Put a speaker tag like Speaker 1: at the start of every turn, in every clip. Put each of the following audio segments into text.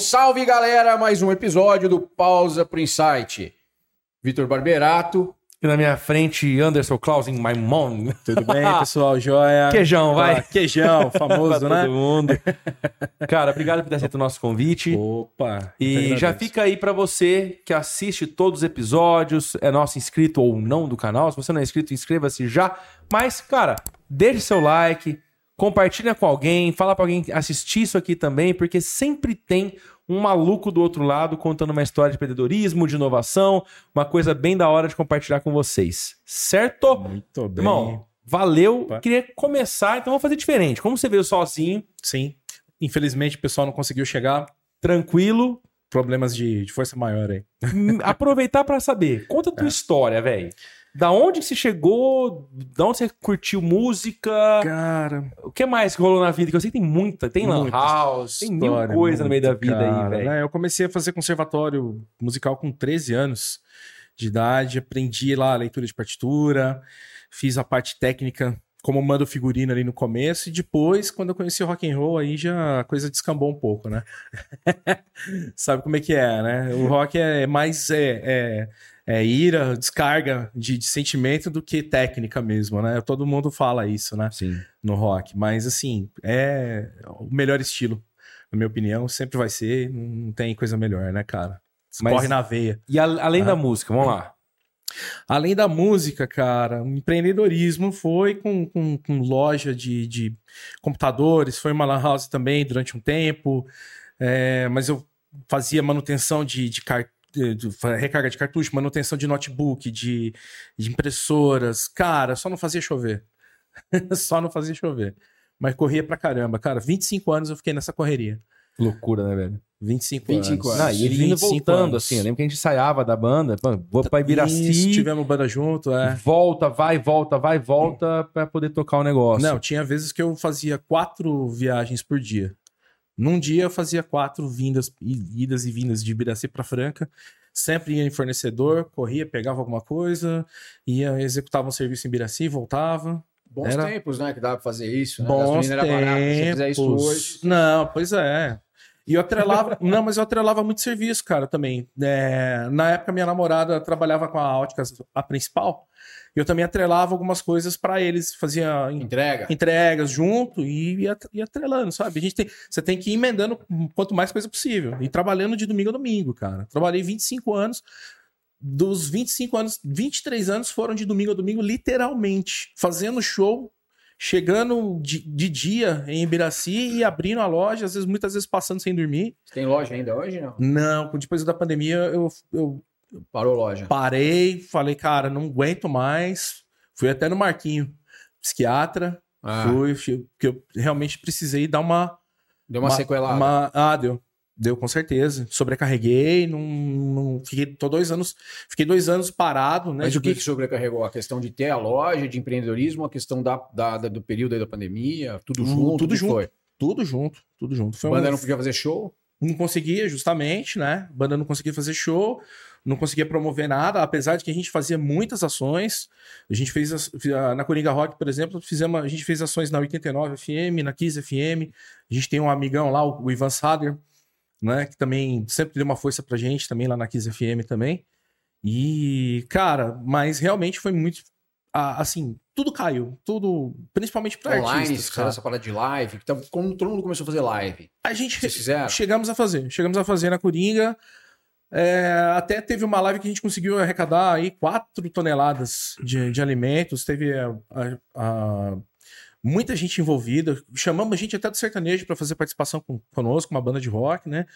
Speaker 1: salve galera, mais um episódio do Pausa pro Insight. Vitor Barberato,
Speaker 2: E na minha frente, Anderson Clausen, my mom.
Speaker 3: Tudo bem, pessoal? Joia?
Speaker 2: Queijão, vai.
Speaker 3: Ah, Queijão,
Speaker 2: Pra
Speaker 3: famoso,
Speaker 2: todo
Speaker 3: né?
Speaker 2: mundo. Cara, obrigado por ter aceito o nosso convite.
Speaker 3: Opa.
Speaker 2: E já fica aí pra você que assiste todos os episódios, é nosso inscrito ou não do canal. Se você não é inscrito, inscreva-se já. Mas, cara, deixe seu like, compartilha com alguém, fala pra alguém assistir isso aqui também, porque sempre tem um maluco do outro lado contando uma história de empreendedorismo, de inovação, uma coisa bem da hora de compartilhar com vocês. Certo?
Speaker 3: Muito bem.
Speaker 2: Irmão, valeu.
Speaker 3: Opa.
Speaker 2: Queria começar, então vou fazer diferente. Como você veio sozinho,
Speaker 3: Sim. Infelizmente, o pessoal não conseguiu chegar.
Speaker 2: tranquilo,
Speaker 3: Problemas de, de força maior aí.
Speaker 2: hum, aproveitar pra saber. Conta a tua história, velho. Da onde que você chegou? Da onde você curtiu música?
Speaker 3: Cara,
Speaker 2: O que mais que rolou na vida? Que eu sei que tem muita, tem lan
Speaker 3: Muita
Speaker 2: house, tem mil coisa no meio da vida aí, velho.
Speaker 3: É, Eu comecei a fazer conservatório musical com 13 anos de idade. Aprendi lá a leitura de partitura, fiz a parte técnica como mando figurino ali no começo e depois quando eu conheci o rock and roll aí já a coisa descambou um pouco, né? Sabe como é que é, né? O rock é mais é, é, é ira, descarga de, de sentimento do que técnica mesmo, né? Todo mundo fala isso, né?
Speaker 2: Sim.
Speaker 3: no rock, mas assim, é o melhor estilo, na minha opinião, sempre vai ser, não tem coisa melhor, né, cara?
Speaker 2: Mas-
Speaker 3: Corre na veia.
Speaker 2: E a- além
Speaker 3: Ah.
Speaker 2: da música, vamos lá.
Speaker 3: Além da música, cara, o empreendedorismo foi com, com, com loja de, de computadores, foi uma lan house também durante um tempo, é, mas eu fazia manutenção de, de car- de- de- fa- recarga de cartucho, manutenção de notebook, de, de impressoras. Cara, só não fazia chover. só não fazia chover. Mas corria pra caramba. Cara, 25 anos eu fiquei nessa correria.
Speaker 2: Loucura, né, velho?
Speaker 3: 25,
Speaker 1: 25
Speaker 3: anos.
Speaker 1: anos.
Speaker 2: Não, e ele indo
Speaker 3: 25
Speaker 2: voltando,
Speaker 3: anos.
Speaker 2: assim. Eu lembro que a gente ensaiava da banda, pô, vou pra Ibiraci.
Speaker 3: Isso, tivemos banda junto, é.
Speaker 2: Volta, vai, volta, vai, volta pra poder tocar o negócio.
Speaker 3: Não, tinha vezes que eu fazia quatro viagens por dia. Num dia eu fazia quatro vindas, i- idas e vindas de Ibiraci para Franca. Sempre ia em fornecedor, corria, pegava alguma coisa, ia, executava um serviço em Ibiraci, voltava.
Speaker 1: bons
Speaker 3: Era-
Speaker 1: tempos, né, que dava pra fazer isso, né?
Speaker 3: Bons
Speaker 1: Gasolina era barata, se você fizer isso
Speaker 3: tempos.
Speaker 1: hoje...
Speaker 3: Não, pois é. E eu atrelava. não, mas eu atrelava muito serviço, cara, também. É, na época, minha namorada trabalhava com a Áuticas, a principal. E eu também atrelava algumas coisas para eles. Fazia em-
Speaker 1: Entrega.
Speaker 3: entregas junto e, e, at- e atrelando, sabe? A gente tem, você tem que ir emendando quanto mais coisa possível. E trabalhando de domingo a domingo, cara. Trabalhei 25 anos. Dos 25 anos, 23 anos foram de domingo a domingo, literalmente. Fazendo show, chegando de, de dia em Ibiraci e abrindo a loja, às vezes, muitas vezes passando sem dormir.
Speaker 1: Você tem loja ainda hoje, não?
Speaker 3: Não, depois da pandemia eu- eu
Speaker 1: Parou loja.
Speaker 3: parei, falei, cara, não aguento mais. Fui até no Marquinho, psiquiatra.
Speaker 1: Ah.
Speaker 3: Fui, fui- porque eu realmente precisei dar uma.
Speaker 1: Deu uma, sequelada.
Speaker 3: uma- ah, deu. Deu com certeza. Sobrecarreguei, não, não- fiquei, tô dois anos, fiquei dois anos parado, né?
Speaker 1: Mas o que, que
Speaker 3: De-
Speaker 1: sobrecarregou? A questão de ter a loja, de empreendedorismo, a questão da, da- da- do período aí da pandemia, tudo
Speaker 3: Hum,
Speaker 1: junto.
Speaker 3: tudo
Speaker 1: que
Speaker 3: junto.
Speaker 1: Foi?
Speaker 3: tudo junto, tudo junto.
Speaker 1: A
Speaker 3: Foi um-
Speaker 1: banda não podia fazer show?
Speaker 3: não conseguia, justamente, né? Banda não conseguia fazer show, não conseguia promover nada, apesar de que a gente fazia muitas ações. A gente fez as- fi- a- na Coringa Rock, por exemplo, fizemos, a gente fez ações na 89 FM, na 15 FM. A gente tem um amigão lá, o o Ivan Sader, né? Que também sempre deu uma força pra gente, também lá na 15 FM também. E, cara, mas realmente foi muito. a- assim, tudo caiu, tudo, principalmente pra
Speaker 1: Online,
Speaker 3: artistas.
Speaker 1: vocês fizeram
Speaker 3: Cara.
Speaker 1: essa parada de live. Que tá, quando todo mundo começou a fazer live,
Speaker 3: A gente
Speaker 1: vocês fizeram?
Speaker 3: Chegamos a fazer. Chegamos a fazer na Coringa. É, até teve uma live que a gente conseguiu arrecadar aí 4 toneladas de, de alimentos. Teve a- a- a- muita gente envolvida. Chamamos gente até do sertanejo para fazer participação com- conosco, uma banda de rock, né?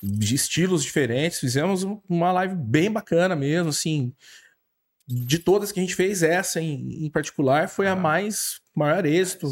Speaker 3: De estilos diferentes. Fizemos um- uma live bem bacana mesmo, assim. De todas que a gente fez, essa em, em particular foi
Speaker 1: Ah.
Speaker 3: a mais maior êxito.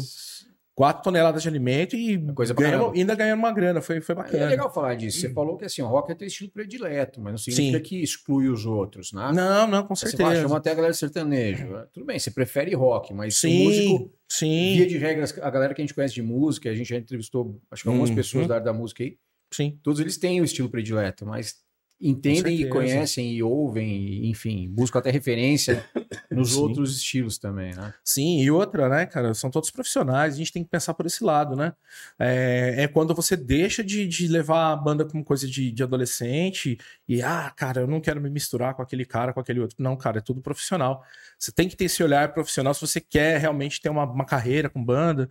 Speaker 3: 4 toneladas de alimento e
Speaker 1: Coisa pra
Speaker 3: ganhamos-
Speaker 1: caramba.
Speaker 3: ainda ganhamos uma grana. Foi, foi
Speaker 1: É
Speaker 3: bacana.
Speaker 1: legal falar disso. Você falou que assim, o rock é teu estilo predileto, mas não significa
Speaker 3: Sim.
Speaker 1: que exclui os outros, né?
Speaker 3: Não, não, com
Speaker 1: Você
Speaker 3: certeza.
Speaker 1: fala, chama até a galera do sertanejo. É, Tudo bem, você prefere rock, mas o músico
Speaker 3: sim, sim,
Speaker 1: Via de regras, a galera que a gente conhece de música, a gente já entrevistou, acho que algumas
Speaker 3: Uhum.
Speaker 1: pessoas da área da música aí,
Speaker 3: sim.
Speaker 1: todos eles têm o estilo predileto, mas entendem e
Speaker 3: certeza.
Speaker 1: conhecem e ouvem, e, enfim, buscam até referência nos
Speaker 3: Sim.
Speaker 1: outros estilos também, né?
Speaker 3: Sim, e outra, né, cara? São todos profissionais, a gente tem que pensar por esse lado, né? É, é quando você deixa de, de levar a banda como coisa de, de adolescente e, ah, cara, eu não quero me misturar com aquele cara, com aquele outro. Não, cara, é tudo profissional. Você tem que ter esse olhar profissional se você quer realmente ter uma, uma carreira com banda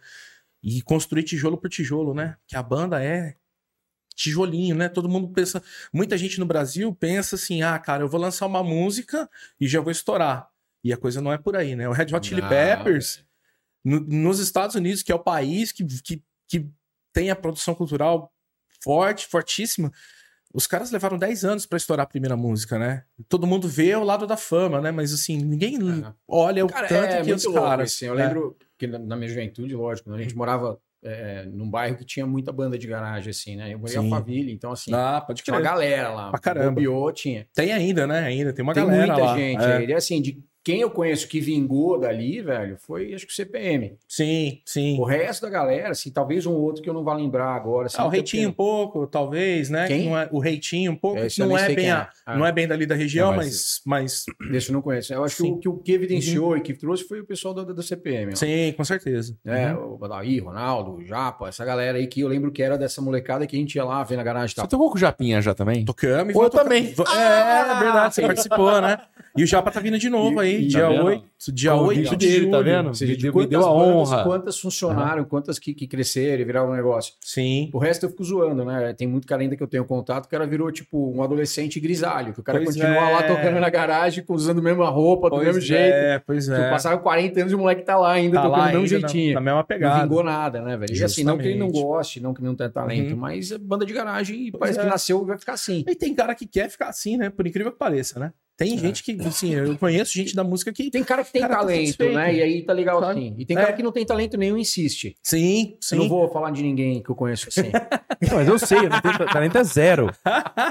Speaker 3: e construir tijolo por tijolo, né? Que a banda é tijolinho, né? Todo mundo pensa. Muita gente no Brasil pensa assim, ah, cara, eu vou lançar uma música e já vou estourar. E a coisa não é por aí, né? O Red Hot Chili
Speaker 1: Não.
Speaker 3: Peppers, no- nos Estados Unidos, que é o país que, que, que tem a produção cultural forte, fortíssima, os caras levaram 10 anos pra estourar a primeira música, né? Todo mundo vê o lado da fama, né? Mas assim, ninguém
Speaker 1: É.
Speaker 3: olha o
Speaker 1: Cara,
Speaker 3: tanto
Speaker 1: é
Speaker 3: que
Speaker 1: muito
Speaker 3: os
Speaker 1: louco,
Speaker 3: caras.
Speaker 1: assim, eu
Speaker 3: né?
Speaker 1: lembro que na, na minha juventude, lógico, né, a gente morava é, num bairro que tinha muita banda de garagem, assim, né? Eu morei em
Speaker 3: Sim.
Speaker 1: Alphaville, então, assim,
Speaker 3: Ah, pode
Speaker 1: tinha uma
Speaker 3: crer.
Speaker 1: galera lá.
Speaker 3: Pra caramba.
Speaker 1: Bobeou, tinha.
Speaker 3: Tem ainda, né? Ainda tem uma
Speaker 1: Tem
Speaker 3: galera
Speaker 1: muita
Speaker 3: lá.
Speaker 1: gente.
Speaker 3: É.
Speaker 1: aí. E, assim, de quem eu conheço que vingou dali, velho, foi, acho que o CPM.
Speaker 3: Sim, sim.
Speaker 1: O resto da galera, assim, talvez um outro que eu não vá lembrar agora. Assim,
Speaker 3: Ah, o
Speaker 1: que eu
Speaker 3: Reitinho um
Speaker 1: tenho-
Speaker 3: pouco, talvez, né?
Speaker 1: Quem?
Speaker 3: Que não é- o Reitinho um pouco,
Speaker 1: É,
Speaker 3: que
Speaker 1: esse eu
Speaker 3: não
Speaker 1: nem
Speaker 3: é
Speaker 1: sei
Speaker 3: bem
Speaker 1: quem
Speaker 3: a-
Speaker 1: é. Ah.
Speaker 3: não é bem dali da região,
Speaker 1: Não,
Speaker 3: mas, mas
Speaker 1: Desse eu não conheço. Eu acho que
Speaker 3: Sim. Uhum.
Speaker 1: o, que o que evidenciou e que trouxe foi o pessoal da, da CPM. ó.
Speaker 3: sim, com certeza.
Speaker 1: Né?
Speaker 3: Uhum.
Speaker 1: O Badawi, Ronaldo, Japa, essa galera aí que eu lembro que era dessa molecada que a gente ia lá ver na garagem e
Speaker 2: Você
Speaker 1: tal.
Speaker 2: tocou com o Japinha já também?
Speaker 3: Tocamos e
Speaker 2: Eu
Speaker 3: vamos tocar-
Speaker 2: também.
Speaker 3: Va-
Speaker 1: Ah!
Speaker 3: É, verdade, você participou, né? E o Japa tá vindo de novo
Speaker 1: E-
Speaker 3: aí,
Speaker 1: e-
Speaker 3: dia
Speaker 2: Tá vendo?
Speaker 3: 8, dia
Speaker 2: Convite
Speaker 3: 8 de
Speaker 2: dele,
Speaker 3: julho.
Speaker 2: tá vendo?
Speaker 1: Ou seja,
Speaker 2: Me
Speaker 1: de
Speaker 2: deu- me
Speaker 1: quantas
Speaker 2: deu a
Speaker 1: bandas,
Speaker 2: honra.
Speaker 1: Quantas funcionaram, quantas que, que cresceram e viraram um negócio.
Speaker 3: Sim.
Speaker 1: O resto eu fico zoando, né? Tem muito cara ainda que eu tenho contato, o cara virou tipo um adolescente grisalho, que o cara
Speaker 3: Pois
Speaker 1: continua
Speaker 3: é.
Speaker 1: lá tocando na garagem, usando a mesma roupa, do mesmo jeito.
Speaker 3: É, pois
Speaker 1: Se eu
Speaker 3: é.
Speaker 1: passava 40 anos e o moleque tá lá ainda,
Speaker 3: Tá
Speaker 1: tocando
Speaker 3: lá
Speaker 1: do mesmo
Speaker 3: ainda na-
Speaker 1: jeitinho.
Speaker 3: Na mesma
Speaker 1: Não
Speaker 3: pegada.
Speaker 1: vingou nada, né, velho? E assim, não que ele não
Speaker 3: Justamente.
Speaker 1: goste, não que não tenha talento,
Speaker 3: Uhum.
Speaker 1: mas é banda de garagem e
Speaker 3: Pois
Speaker 1: parece
Speaker 3: é.
Speaker 1: que nasceu e vai ficar assim.
Speaker 3: E tem cara que quer ficar assim, né? Por incrível que pareça, né? Tem gente que, assim, eu conheço gente da música que.
Speaker 1: Tem cara que tem
Speaker 3: Cara, tá
Speaker 1: talento,
Speaker 3: satisfeito.
Speaker 1: né? E aí tá legal
Speaker 3: Sabe?
Speaker 1: assim. E tem
Speaker 3: É.
Speaker 1: cara que não tem talento nenhum e insiste.
Speaker 3: Sim, sim.
Speaker 1: Eu não vou falar de ninguém que eu conheço assim.
Speaker 2: Não, mas eu sei, eu não tenho talento é zero.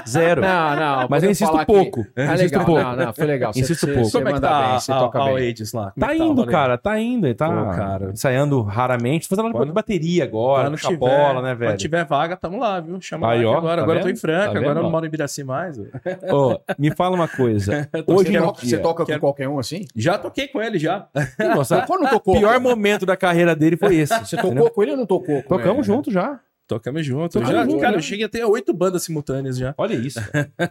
Speaker 2: Zero.
Speaker 1: não, não.
Speaker 2: mas
Speaker 1: vou
Speaker 2: eu insisto
Speaker 1: falar
Speaker 2: pouco.
Speaker 1: Que... Ah,
Speaker 2: Eu insisto
Speaker 1: legal.
Speaker 2: pouco.
Speaker 1: Não, não, foi legal. Você-
Speaker 2: Insisto
Speaker 1: você-
Speaker 2: pouco.
Speaker 1: Você
Speaker 3: Como é que
Speaker 1: manda
Speaker 3: tá
Speaker 1: bem, você toca
Speaker 3: a, a,
Speaker 1: bem.
Speaker 3: Ages lá? Como
Speaker 2: Tá
Speaker 3: é que tá,
Speaker 2: indo,
Speaker 3: Aurélio?
Speaker 2: cara, tá indo. Ele tá
Speaker 3: Pô, cara.
Speaker 2: ensaiando raramente. Tô fazendo
Speaker 3: Quando-
Speaker 2: bateria agora,
Speaker 3: Quando tiver,
Speaker 2: chapola, né,
Speaker 3: Quando
Speaker 2: velho?
Speaker 3: tiver vaga, tamo lá, viu? Chama
Speaker 2: Aí,
Speaker 3: lá,
Speaker 2: ó,
Speaker 3: que agora.
Speaker 2: tá
Speaker 3: agora eu tô em
Speaker 2: vendo?
Speaker 3: Franca,
Speaker 2: Tá
Speaker 3: agora eu
Speaker 2: vendo,
Speaker 3: não
Speaker 2: ó?
Speaker 3: moro em Biraci mais.
Speaker 2: Ô, me fala uma coisa. Hoje
Speaker 1: Você,
Speaker 2: em
Speaker 1: toca, você
Speaker 2: dia,
Speaker 1: toca
Speaker 3: Quero-
Speaker 1: com qualquer um assim?
Speaker 3: Já toquei com ele, já.
Speaker 2: Ih, nossa,
Speaker 1: Tocou ou não
Speaker 2: o
Speaker 1: tocou?
Speaker 2: pior momento da carreira dele foi esse.
Speaker 1: Você
Speaker 2: entendeu? É.
Speaker 1: tocou com ele ou não tocou? com
Speaker 2: Tocamos
Speaker 1: ele?
Speaker 2: junto já.
Speaker 3: Tocamos junto.
Speaker 2: Tocamos
Speaker 3: já,
Speaker 2: junto,
Speaker 3: cara,
Speaker 2: né?
Speaker 3: eu cheguei até oito bandas simultâneas já.
Speaker 2: Olha isso. É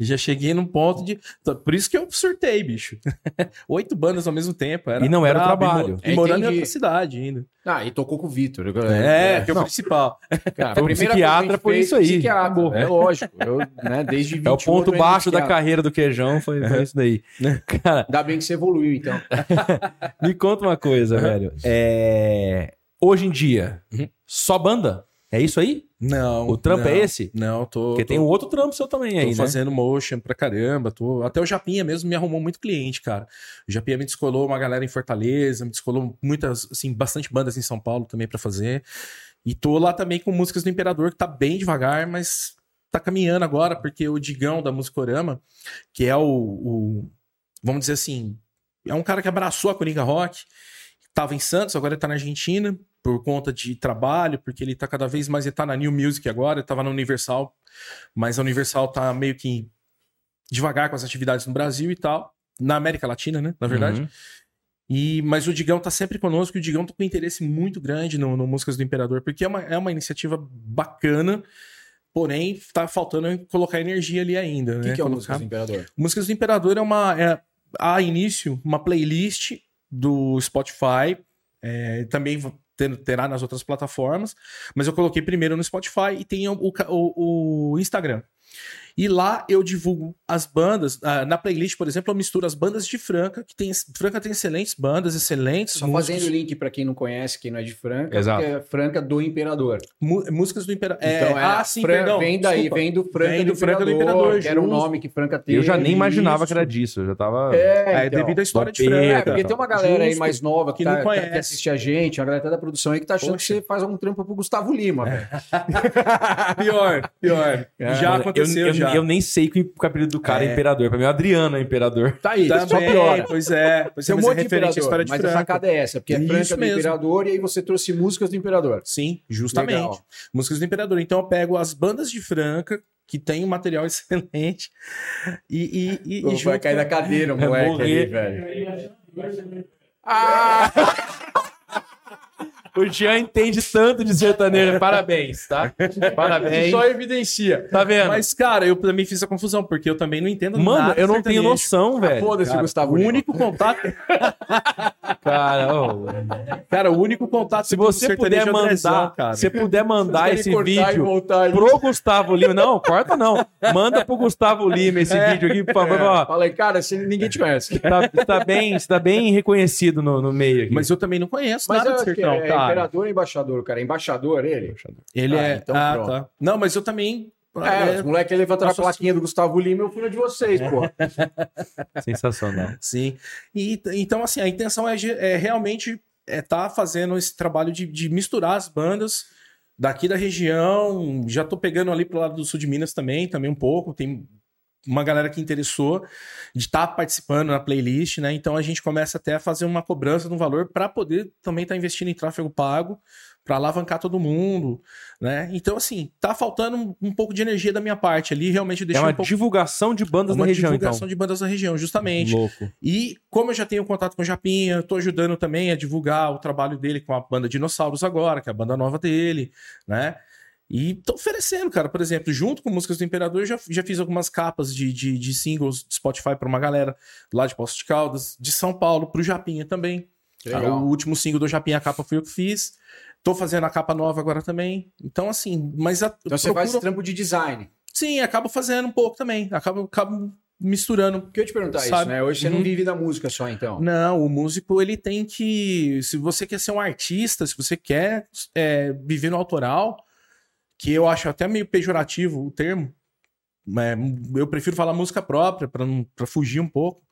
Speaker 3: Já cheguei num ponto de. Tô- Por isso que eu surtei, bicho. Oito bandas ao mesmo tempo.
Speaker 2: E não era
Speaker 3: brabo,
Speaker 2: trabalho.
Speaker 3: E, mo- e
Speaker 1: É,
Speaker 3: morando em
Speaker 1: entendi.
Speaker 3: outra cidade ainda.
Speaker 1: Ah, e tocou com o Vitor.
Speaker 3: É, que é o
Speaker 2: não.
Speaker 3: principal.
Speaker 1: Cara, a
Speaker 2: Foi pro
Speaker 1: primeira coisa que a gente
Speaker 2: psiquiatra, foi
Speaker 1: fez,
Speaker 2: isso aí.
Speaker 1: Psiquiatra,
Speaker 2: Acabou.
Speaker 1: é, lógico. Eu, né, desde 21,
Speaker 2: É o ponto
Speaker 1: eu
Speaker 2: baixo da
Speaker 1: psiquiatra.
Speaker 2: carreira do queijão, foi, foi isso daí. Cara,
Speaker 1: Ainda bem que você evoluiu,
Speaker 3: É,
Speaker 1: então.
Speaker 2: me conta uma coisa, velho. É, Hoje em dia, só banda? É isso aí?
Speaker 3: Não.
Speaker 2: O trampo
Speaker 3: não.
Speaker 2: é esse?
Speaker 3: Não, tô.
Speaker 2: Porque
Speaker 3: tô-
Speaker 2: tem um outro trampo seu também aí,
Speaker 3: Tô
Speaker 2: né?
Speaker 3: fazendo motion pra caramba. Tô... Até o Japinha mesmo me arrumou muito cliente, cara. O Japinha me descolou uma galera em Fortaleza, me descolou muitas, assim, bastante bandas em São Paulo também pra fazer. E tô lá também com músicas do Imperador, que tá bem devagar, mas tá caminhando agora, porque o Digão da Musicorama, que é o, o- Vamos dizer assim. É um cara que abraçou a Coringa Rock, tava em Santos, agora tá na Argentina. Por conta de trabalho, porque ele tá cada vez mais. Ele tá na New Music agora, ele tava na Universal mas a Universal tá meio que devagar com as atividades no Brasil e tal, na América Latina, né, na verdade.
Speaker 2: Uhum.
Speaker 3: E mas o Digão tá sempre conosco, e o Digão tá com um interesse muito grande no, no Músicas do Imperador, porque é uma, é uma iniciativa bacana, porém tá faltando colocar energia ali ainda,
Speaker 1: O
Speaker 3: né?
Speaker 1: que, que é o
Speaker 3: Colocar-
Speaker 1: Músicas do Imperador?
Speaker 3: Músicas do Imperador é uma. É, a início, uma playlist do Spotify. é, também v- ter- terá nas outras plataformas. Mas eu coloquei primeiro no Spotify e tem o, o ca- o- o Instagram. E lá eu divulgo as bandas. ah, na playlist, por exemplo, eu misturo as bandas de Franca, que tem. Franca tem excelentes bandas, excelentes.
Speaker 1: Só
Speaker 3: músicos,
Speaker 1: fazendo o link para quem não conhece, quem não é de Franca,
Speaker 2: Exato.
Speaker 1: porque é Franca do Imperador.
Speaker 3: mu- músicas do Imperador.
Speaker 1: então, é,
Speaker 3: ah, sim,
Speaker 1: Fran-
Speaker 3: perdão.
Speaker 1: vem daí,
Speaker 3: desculpa.
Speaker 1: vem do Franca,
Speaker 3: Vem
Speaker 1: do,
Speaker 3: do Franca do
Speaker 1: Imperador,
Speaker 3: Imperador,
Speaker 1: que era o
Speaker 3: justo.
Speaker 1: nome que Franca teve.
Speaker 2: Eu já nem imaginava
Speaker 1: Isso.
Speaker 2: que era disso, eu já tava.
Speaker 1: É,
Speaker 3: É,
Speaker 1: então.
Speaker 3: devido à história de
Speaker 2: Vampeta.
Speaker 1: É,
Speaker 3: Franca.
Speaker 1: porque tem uma galera aí
Speaker 3: Justo.
Speaker 1: mais nova que,
Speaker 3: que
Speaker 1: tá-
Speaker 3: não
Speaker 1: tá- que
Speaker 3: conhece.
Speaker 1: assiste a gente, uma galera até da produção aí que tá achando
Speaker 3: Poxa. É.
Speaker 1: que você faz algum trampo pro Gustavo Lima, velho.
Speaker 3: Pior, pior.
Speaker 1: É,
Speaker 3: já
Speaker 2: Mano,
Speaker 3: aconteceu,
Speaker 2: eu, eu,
Speaker 3: já.
Speaker 2: eu nem sei que o apelido do cara é,
Speaker 3: É.
Speaker 2: imperador. Pra mim, o Adriano é imperador.
Speaker 1: Tá aí,
Speaker 3: Também,
Speaker 1: só piora.
Speaker 3: Pois é, pois é,
Speaker 1: Tem um
Speaker 3: mas é
Speaker 1: monte de
Speaker 3: referente à
Speaker 1: imperador,
Speaker 3: história de
Speaker 1: mas
Speaker 3: Franca.
Speaker 1: a sacada é essa, porque é
Speaker 3: Isso
Speaker 1: Franca do
Speaker 3: mesmo.
Speaker 1: Imperador e aí você trouxe músicas do Imperador.
Speaker 3: Sim, justamente.
Speaker 1: Legal.
Speaker 3: Músicas do Imperador. Então eu pego as bandas de Franca, que tem um material excelente. E, e, É, e,
Speaker 1: Pô,
Speaker 3: e
Speaker 1: vai
Speaker 3: junto-
Speaker 1: cair da cadeira o
Speaker 2: Vai
Speaker 1: moleque
Speaker 2: morrer.
Speaker 1: ali, velho.
Speaker 2: O Jean entende tanto de
Speaker 3: É.
Speaker 2: sertanejo. Parabéns, tá? Parabéns.
Speaker 1: Só evidencia.
Speaker 2: Tá vendo?
Speaker 3: Mas, cara, eu também fiz a confusão, porque eu também não entendo
Speaker 2: Mano,
Speaker 3: nada
Speaker 2: eu não
Speaker 3: de
Speaker 2: tenho
Speaker 3: sertanejo. Tá
Speaker 2: noção, velho.
Speaker 1: Foda-se,
Speaker 3: Cara,
Speaker 1: Gustavo.
Speaker 3: o
Speaker 1: Lima.
Speaker 3: único contato,
Speaker 2: Cara, ô,
Speaker 3: cara, o único contato
Speaker 2: se
Speaker 3: que eu tenho com
Speaker 2: você
Speaker 3: Tá sertanejo
Speaker 2: puder
Speaker 3: é o Andrezão,
Speaker 2: mandar,
Speaker 3: cara.
Speaker 2: se puder mandar
Speaker 1: Vocês
Speaker 2: esse
Speaker 1: querem cortar e
Speaker 2: vídeo
Speaker 1: voltar aí.
Speaker 2: pro Gustavo Lima, não, corta não. Manda pro Gustavo Lima esse
Speaker 3: É.
Speaker 2: vídeo aqui, por favor. ó.
Speaker 1: Falei, cara, assim, ninguém te conhece.
Speaker 2: Tá, tá bem, tá bem reconhecido no, no meio aqui.
Speaker 3: Mas eu também não conheço
Speaker 1: Mas
Speaker 3: nada
Speaker 1: eu
Speaker 3: de
Speaker 1: acho que
Speaker 3: sertão,
Speaker 1: é
Speaker 3: cara.
Speaker 1: imperador ou embaixador, cara? Embaixador ele?
Speaker 3: Ele
Speaker 1: Ah,
Speaker 3: é.
Speaker 1: então
Speaker 3: ah,
Speaker 1: pronto.
Speaker 3: tá. Não, mas eu também.
Speaker 1: É,
Speaker 3: é,
Speaker 1: os moleques levantaram a
Speaker 3: Nossa, É. Tá
Speaker 1: plaquinha do Gustavo Lima e eu fui na de vocês, pô.
Speaker 2: Sensacional.
Speaker 3: Sim. E, então, assim, a intenção é, ge- é realmente é tá fazendo esse trabalho de, de misturar as bandas daqui da região. Já tô pegando ali pro lado do sul de Minas também, também um pouco. Tem uma galera que interessou de estar participando na playlist, né? Então a gente começa até a fazer uma cobrança de um valor para poder também estar investindo em tráfego pago para alavancar todo mundo, né? Então assim, tá faltando um, um pouco de energia da minha parte ali, realmente eu
Speaker 2: É
Speaker 3: deixei
Speaker 2: uma
Speaker 3: um pouco
Speaker 2: divulgação de bandas
Speaker 3: uma
Speaker 2: da região,
Speaker 3: divulgação de bandas da região, justamente.
Speaker 2: então. Louco.
Speaker 3: E como eu já tenho contato com o Japinha, eu tô ajudando também a divulgar o trabalho dele com a banda Dinossauros agora, que é a banda nova dele, né? E tô oferecendo, cara, por exemplo, junto com músicas do Imperador, eu já, já fiz algumas capas de, de, de singles de Spotify pra uma galera lá de Poços de Caldas, de São Paulo, pro Japinha também. O último single do Japinha, a capa foi eu que fiz. Tô fazendo a capa nova agora também. Então, assim, mas a,
Speaker 1: Então você
Speaker 3: procuro-
Speaker 1: faz esse trampo de design.
Speaker 3: Sim, acabo fazendo um pouco também. Acabo, acabo misturando
Speaker 1: Porque eu ia te perguntar isso,
Speaker 3: Sabe?
Speaker 1: né? Hoje você não
Speaker 3: Uhum.
Speaker 1: vive da música só, então.
Speaker 3: Não, o músico ele tem que. Se você quer ser um artista, se você quer é, viver no autoral, que eu acho até meio pejorativo o termo, né, eu prefiro falar música própria para não para fugir um pouco.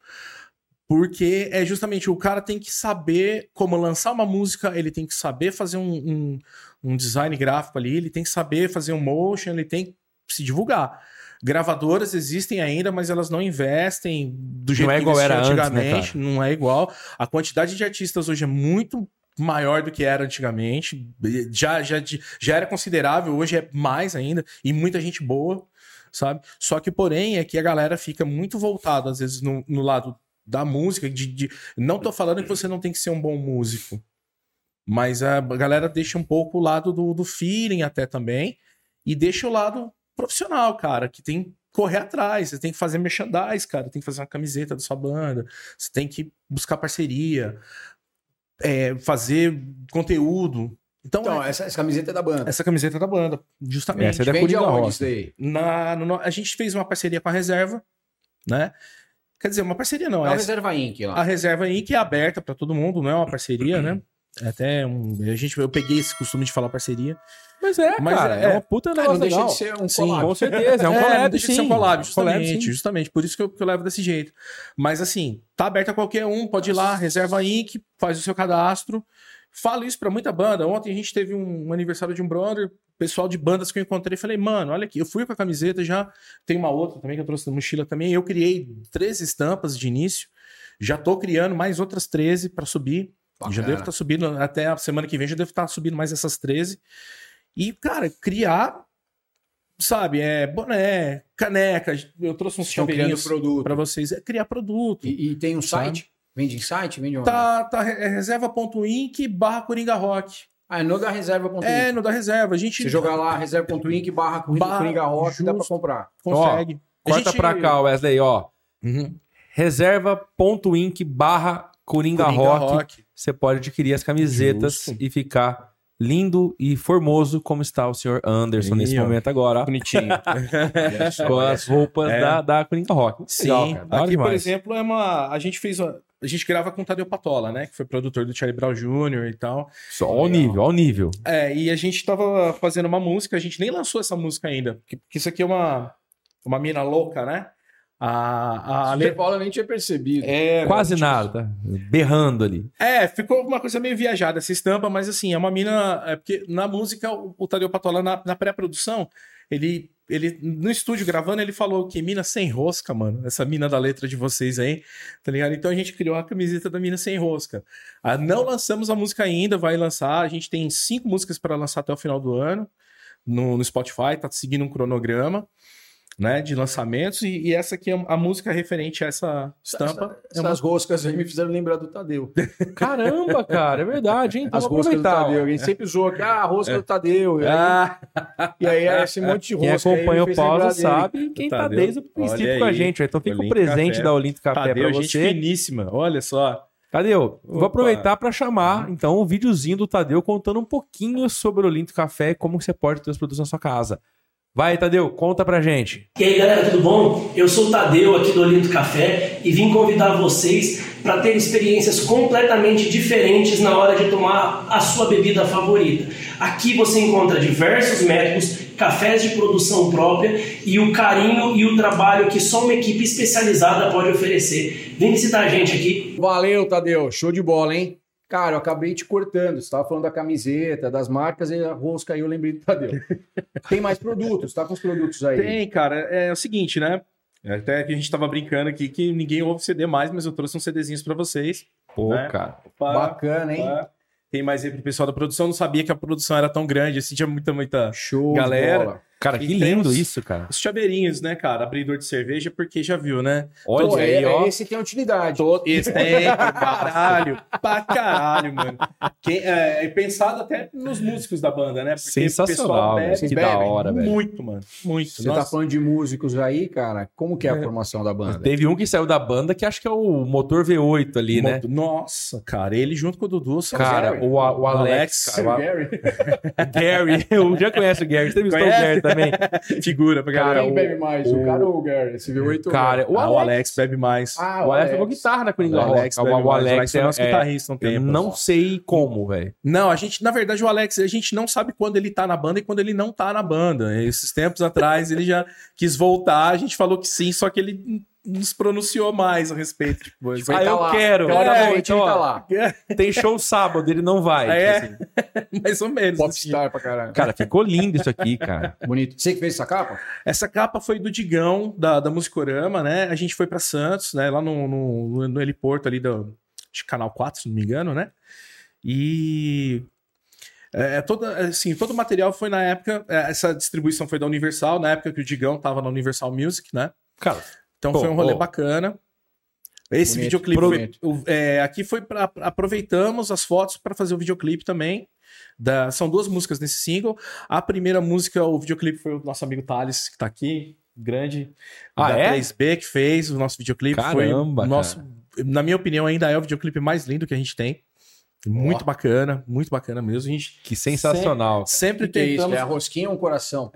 Speaker 3: Porque é justamente o cara tem que saber como lançar uma música, ele tem que saber fazer um, um, um design gráfico ali, ele tem que saber fazer um motion, ele tem que se divulgar. Gravadoras existem ainda, mas elas não investem do jeito
Speaker 2: é
Speaker 3: que
Speaker 2: igual
Speaker 3: investia
Speaker 2: era antes, né,
Speaker 3: antigamente, não é igual. A quantidade de artistas hoje é muito maior do que era antigamente, já, já, já era considerável, hoje é mais ainda, e muita gente boa, sabe? Só que, porém, é que a galera fica muito voltada, às vezes, no, no lado da música, de, de- Não tô falando que você não tem que ser um bom músico, mas a galera deixa um pouco o lado do, do feeling até também, e deixa o lado profissional, cara, que tem que correr atrás, você tem que fazer merchandise, cara, tem que fazer uma camiseta da sua banda, você tem que buscar parceria, é, fazer conteúdo. Então,
Speaker 1: Então,
Speaker 3: é-
Speaker 1: essa, essa camiseta é da banda.
Speaker 3: essa camiseta da banda, justamente.
Speaker 2: Essa é da
Speaker 1: Vende
Speaker 2: Coringa
Speaker 1: aonde
Speaker 2: Rock.
Speaker 1: isso daí?
Speaker 3: Na- no- no- a gente fez uma parceria com a reserva, né? Quer dizer, uma parceria não.
Speaker 1: É a
Speaker 3: essa-
Speaker 1: Reserva Inc.
Speaker 3: a
Speaker 1: lá.
Speaker 3: reserva aí que é aberta para todo mundo, não é uma parceria, né? É Até um, a gente, eu peguei esse costume de falar parceria.
Speaker 2: Mas é,
Speaker 3: Mas
Speaker 2: cara. É,
Speaker 3: é-
Speaker 2: uma puta
Speaker 1: Ah,
Speaker 2: negócio
Speaker 1: não deixa
Speaker 2: legal.
Speaker 1: de ser um
Speaker 3: Sim,
Speaker 1: collab.
Speaker 2: Com certeza, é um
Speaker 3: não
Speaker 2: collab,
Speaker 3: deixa de
Speaker 2: sim.
Speaker 3: ser um collab, justamente,
Speaker 2: Collab, sim.
Speaker 3: justamente. Por isso que eu, que eu levo desse jeito. Mas assim, tá aberto a qualquer um, pode ir lá, reserva a Inc, faz o seu cadastro. Falo isso pra muita banda. Ontem a gente teve um, um aniversário de um brother, pessoal de bandas que eu encontrei, falei, mano, olha aqui, eu fui com a camiseta já, tem uma outra também que eu trouxe na mochila também. Eu criei 13 estampas de início, já tô criando mais outras 13 para subir.
Speaker 1: Bacana.
Speaker 3: Já tá devo estar subindo, até a semana que vem já devo estar subindo mais essas 13. E, cara, criar, sabe, é boné, caneca, eu trouxe uns
Speaker 1: Estão criando
Speaker 3: chaveirinhos
Speaker 1: produto.
Speaker 3: para vocês, é criar produto.
Speaker 1: E, e tem um
Speaker 3: Sabe?
Speaker 1: site? Vende em site? Vende onde?
Speaker 3: Tá, tá, é reserva.inc barra Coringa Rock.
Speaker 1: Ah, é no da reserva.inc.
Speaker 3: É, no da reserva, a gente
Speaker 1: Se jogar lá, reserva.inc barra
Speaker 3: Barra,
Speaker 1: Coringa Rock, dá pra
Speaker 3: justo.
Speaker 1: comprar.
Speaker 3: consegue. A
Speaker 2: Corta
Speaker 3: gente-
Speaker 2: pra cá, Wesley, ó.
Speaker 3: Uhum.
Speaker 2: Reserva.inc barra Coringa,
Speaker 3: Coringa
Speaker 2: Rock.
Speaker 3: Rock.
Speaker 2: Você pode adquirir as camisetas
Speaker 3: Justo.
Speaker 2: e ficar lindo e formoso como está o senhor Anderson
Speaker 3: Ih,
Speaker 2: nesse
Speaker 3: ó.
Speaker 2: momento agora.
Speaker 3: Bonitinho.
Speaker 1: É,
Speaker 2: Com as roupas
Speaker 3: É.
Speaker 2: da, da Coringa Rock.
Speaker 3: Sim.
Speaker 2: cara. Da hora
Speaker 3: Aqui, por
Speaker 2: demais.
Speaker 3: exemplo, é uma. A gente fez uma. A gente grava com o Tadeu Patola, né? Que foi produtor do Charlie Brown Jr. e tal.
Speaker 2: Só ao nível, ao nível.
Speaker 3: É, e a gente tava fazendo uma música, a gente nem lançou essa música ainda, porque, porque isso aqui é uma, uma mina louca, né? A, a, a
Speaker 1: A
Speaker 3: le-
Speaker 1: Paula nem tinha percebido.
Speaker 3: é,
Speaker 2: Quase nada. Berrando ali.
Speaker 3: é, ficou uma coisa meio viajada essa estampa, mas assim, é uma mina. É porque na música, o, o Tadeu Patola, na, na pré-produção, ele, ele, no estúdio gravando, ele falou que mina sem rosca, mano. Essa mina da letra de vocês aí, tá ligado? Então a gente criou a camiseta da mina sem rosca. Ah, não lançamos a música ainda, vai lançar. A gente tem cinco músicas para lançar até o final do ano no, no Spotify, tá seguindo um cronograma. né, de lançamentos, e, e essa aqui é a música referente a essa estampa. é uma-
Speaker 1: Essas roscas aí me fizeram lembrar do Tadeu.
Speaker 2: Caramba, cara, é verdade, hein? Então
Speaker 1: As
Speaker 2: vou
Speaker 1: roscas do
Speaker 2: aproveitar.
Speaker 1: Tadeu. Alguém sempre zoa que, ah, a rosca do Tadeu. E aí,
Speaker 3: Ah,
Speaker 1: e aí é esse monte de
Speaker 2: Quem
Speaker 1: rosca aí me
Speaker 2: acompanha o
Speaker 1: fez
Speaker 2: pausa
Speaker 1: lembrar dele.
Speaker 2: sabe quem tá
Speaker 3: Tadeu,
Speaker 2: desde o
Speaker 3: olha
Speaker 2: princípio com a
Speaker 3: aí.
Speaker 2: gente. Então fica o
Speaker 3: Olinto
Speaker 2: presente
Speaker 3: Café.
Speaker 2: da Olinto Café
Speaker 3: Tadeu,
Speaker 2: pra
Speaker 3: gente
Speaker 2: você.
Speaker 3: finíssima, olha só.
Speaker 2: Tadeu, vou
Speaker 3: Opa.
Speaker 2: aproveitar para chamar então o videozinho do Tadeu contando um pouquinho sobre o Olinto Café e como você pode ter os produtos na sua casa. Vai, Tadeu, conta pra gente.
Speaker 4: E aí galera, tudo bom? Eu sou o Tadeu aqui do Olinto Café e vim convidar vocês para ter experiências completamente diferentes na hora de tomar a sua bebida favorita. Aqui você encontra diversos métodos, cafés de produção própria e o carinho e o trabalho que só uma equipe especializada pode oferecer. Vem visitar a gente aqui
Speaker 1: Valeu, Tadeu. Show de bola, hein? Cara, eu acabei te cortando. Você estava falando da camiseta, das marcas e a rosca aí eu lembrei do Tadeu. Tem mais produtos, tá com os produtos aí.
Speaker 3: Tem, cara, é, o seguinte, né? Até que a gente tava brincando aqui que ninguém ouve CD mais, mas eu trouxe uns CDzinhos pra vocês.
Speaker 2: Pô,
Speaker 3: É.
Speaker 2: cara.
Speaker 3: Opa,
Speaker 1: Bacana, hein?
Speaker 3: opa. Tem mais aí pro pessoal da produção, não sabia que a produção era tão grande, assim, tinha muita, muita...
Speaker 1: Show,
Speaker 3: Galera,
Speaker 1: De bola.
Speaker 2: Cara, que
Speaker 3: E tem
Speaker 2: lindo
Speaker 3: os-
Speaker 2: isso, cara.
Speaker 3: Os chaveirinhos, né, cara? Abridor de cerveja, porque já viu, né?
Speaker 2: Olha
Speaker 1: Pô,
Speaker 2: aí,
Speaker 1: é-
Speaker 2: ó.
Speaker 1: Esse tem utilidade.
Speaker 3: Esse tem, pra caralho, pra caralho, mano. Quem, é, é pensado até nos músicos da banda, né?
Speaker 2: Sensacional, velho.
Speaker 1: vocês
Speaker 2: Que da
Speaker 1: bebem
Speaker 2: hora, velho.
Speaker 3: muito, mano. Muito.
Speaker 1: Você tá falando de músicos aí, cara? Como que é a formação da banda?
Speaker 2: Teve um que saiu da banda que acho que é o motor V8 ali, né?
Speaker 3: Moto- Nossa, cara, ele junto com o Dudu são
Speaker 2: Cara,
Speaker 3: zero.
Speaker 2: o, A- o Alex,
Speaker 3: Alex,
Speaker 2: cara,
Speaker 1: Gary.
Speaker 2: o Gary, eu já conheço o Gary, você entrevistou o
Speaker 3: Conhece?
Speaker 2: Gary também.
Speaker 3: figura pra galera.
Speaker 1: Quem
Speaker 3: o,
Speaker 1: bebe mais? O,
Speaker 3: o-
Speaker 1: cara ou o Gary? Esse V8 ou
Speaker 2: Cara, o
Speaker 3: ah, o
Speaker 2: Alex,
Speaker 3: Alex bebe mais.
Speaker 1: Ah,
Speaker 2: o Alex é jogou guitarra na Coringa Rock. O,
Speaker 3: bebe mais.
Speaker 2: o Alex
Speaker 3: foi nosso
Speaker 2: é, é,
Speaker 3: guitarrista um
Speaker 2: eu
Speaker 3: tempo.
Speaker 2: não sei como, velho.
Speaker 3: Não, a gente, na verdade, o Alex, a gente não sabe quando ele tá na banda e quando ele não tá na banda. Esses tempos atrás ele já quis voltar, a gente falou que sim, só que ele nos pronunciou mais a respeito. tipo, de coisa.
Speaker 2: Ah, eu quero. É,
Speaker 1: Claramente
Speaker 2: então,
Speaker 1: ele tá
Speaker 2: ó.
Speaker 1: lá.
Speaker 2: Tem show sábado, ele não vai.
Speaker 3: É.
Speaker 2: tipo assim.
Speaker 3: mais ou menos. assim.
Speaker 1: Popstar pra caralho.
Speaker 2: Cara, ficou lindo isso aqui, cara.
Speaker 1: Bonito. Você que fez essa capa?
Speaker 3: Essa capa foi do Digão, da, da Musicorama, né? A gente foi pra Santos, né? Lá no, no, no heliporto ali do, de Canal 4, se não me engano, né? E... É, toda, assim, todo o material foi na época... é, Essa distribuição foi da Universal, na época que o Digão tava na Universal Music, né?
Speaker 2: Cara,
Speaker 3: Então
Speaker 2: Pô,
Speaker 3: foi um rolê
Speaker 2: ô.
Speaker 3: bacana. Esse
Speaker 1: Bonito,
Speaker 3: videoclipe foi-
Speaker 1: bonito.
Speaker 3: o- é, aqui foi para aproveitamos as fotos para fazer o videoclipe também. Da- são duas músicas nesse single. A primeira música, o videoclipe foi o nosso amigo Thales, que tá aqui, grande
Speaker 2: Ah,
Speaker 3: da
Speaker 2: é?
Speaker 3: 3B que fez o nosso videoclipe foi o
Speaker 2: Caramba,
Speaker 3: nosso, na minha opinião, ainda é o videoclipe mais lindo que a gente tem. Muito
Speaker 1: Ó.
Speaker 3: bacana, muito bacana mesmo. A gente
Speaker 2: que sensacional.
Speaker 3: sempre
Speaker 1: Que que é isso?
Speaker 3: tentamos
Speaker 1: É a rosquinha ou um coração?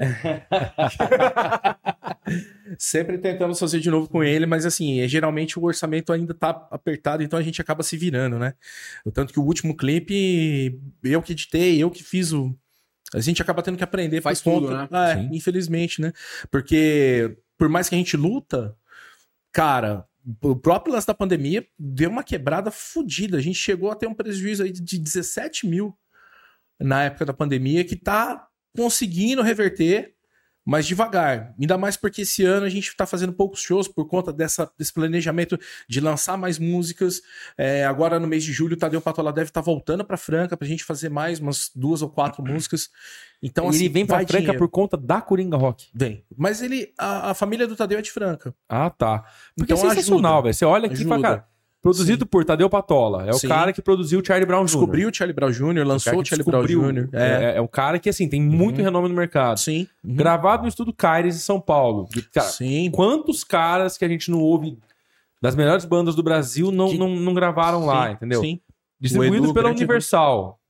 Speaker 3: Sempre tentamos fazer de novo com ele, mas assim, é, geralmente o orçamento ainda tá apertado, então a gente acaba se virando, né? O Tanto que o último clipe, eu que editei, eu que fiz o. A gente acaba tendo que aprender. por
Speaker 1: Faz tudo,
Speaker 3: conta-
Speaker 1: né?
Speaker 3: Ah, é,
Speaker 2: Sim.
Speaker 3: infelizmente, né? Porque por mais que a gente luta, cara, o próprio lance da pandemia deu uma quebrada fodida. A gente chegou a ter um prejuízo aí de 17 mil na época da pandemia, que tá conseguindo reverter, mas devagar. Ainda mais porque esse ano a gente tá fazendo poucos shows por conta dessa, desse planejamento de lançar mais músicas. É, agora no mês de julho, o Tadeu Patola deve estar voltando pra Franca pra gente fazer mais umas duas ou quatro músicas. Então,
Speaker 2: E ele
Speaker 3: assim,
Speaker 2: vem pra
Speaker 3: vai
Speaker 2: Franca
Speaker 3: dinheiro.
Speaker 2: por conta da Coringa Rock.
Speaker 3: Vem. Mas ele, a, a família do Tadeu é de Franca.
Speaker 2: Ah, tá. Porque
Speaker 3: Então
Speaker 2: é sensacional,
Speaker 3: ajuda.
Speaker 2: velho. Você olha aqui e fala,
Speaker 3: Ajuda.
Speaker 2: cara, produzido por Tadeu Patola. É o
Speaker 3: Sim.
Speaker 2: cara que produziu o Charlie Brown Jr.
Speaker 3: Descobriu o Charlie Brown Jr.,
Speaker 2: O cara
Speaker 3: lançou o,
Speaker 2: que
Speaker 3: Charlie Brown
Speaker 2: descobriu.
Speaker 3: Jr. É.
Speaker 2: É, é um cara que, assim, tem muito
Speaker 3: Uhum.
Speaker 2: renome no mercado.
Speaker 3: Sim. Uhum.
Speaker 2: Gravado no estúdio Caires em São Paulo. E, Cara,
Speaker 3: Sim.
Speaker 2: quantos caras que a gente não ouve das melhores bandas do Brasil não,
Speaker 3: Que-
Speaker 2: não, não gravaram lá,
Speaker 3: Sim,
Speaker 2: entendeu?
Speaker 3: Sim.
Speaker 2: Distribuído
Speaker 3: O Edu,
Speaker 2: pela
Speaker 3: grande Edu.
Speaker 2: Universal.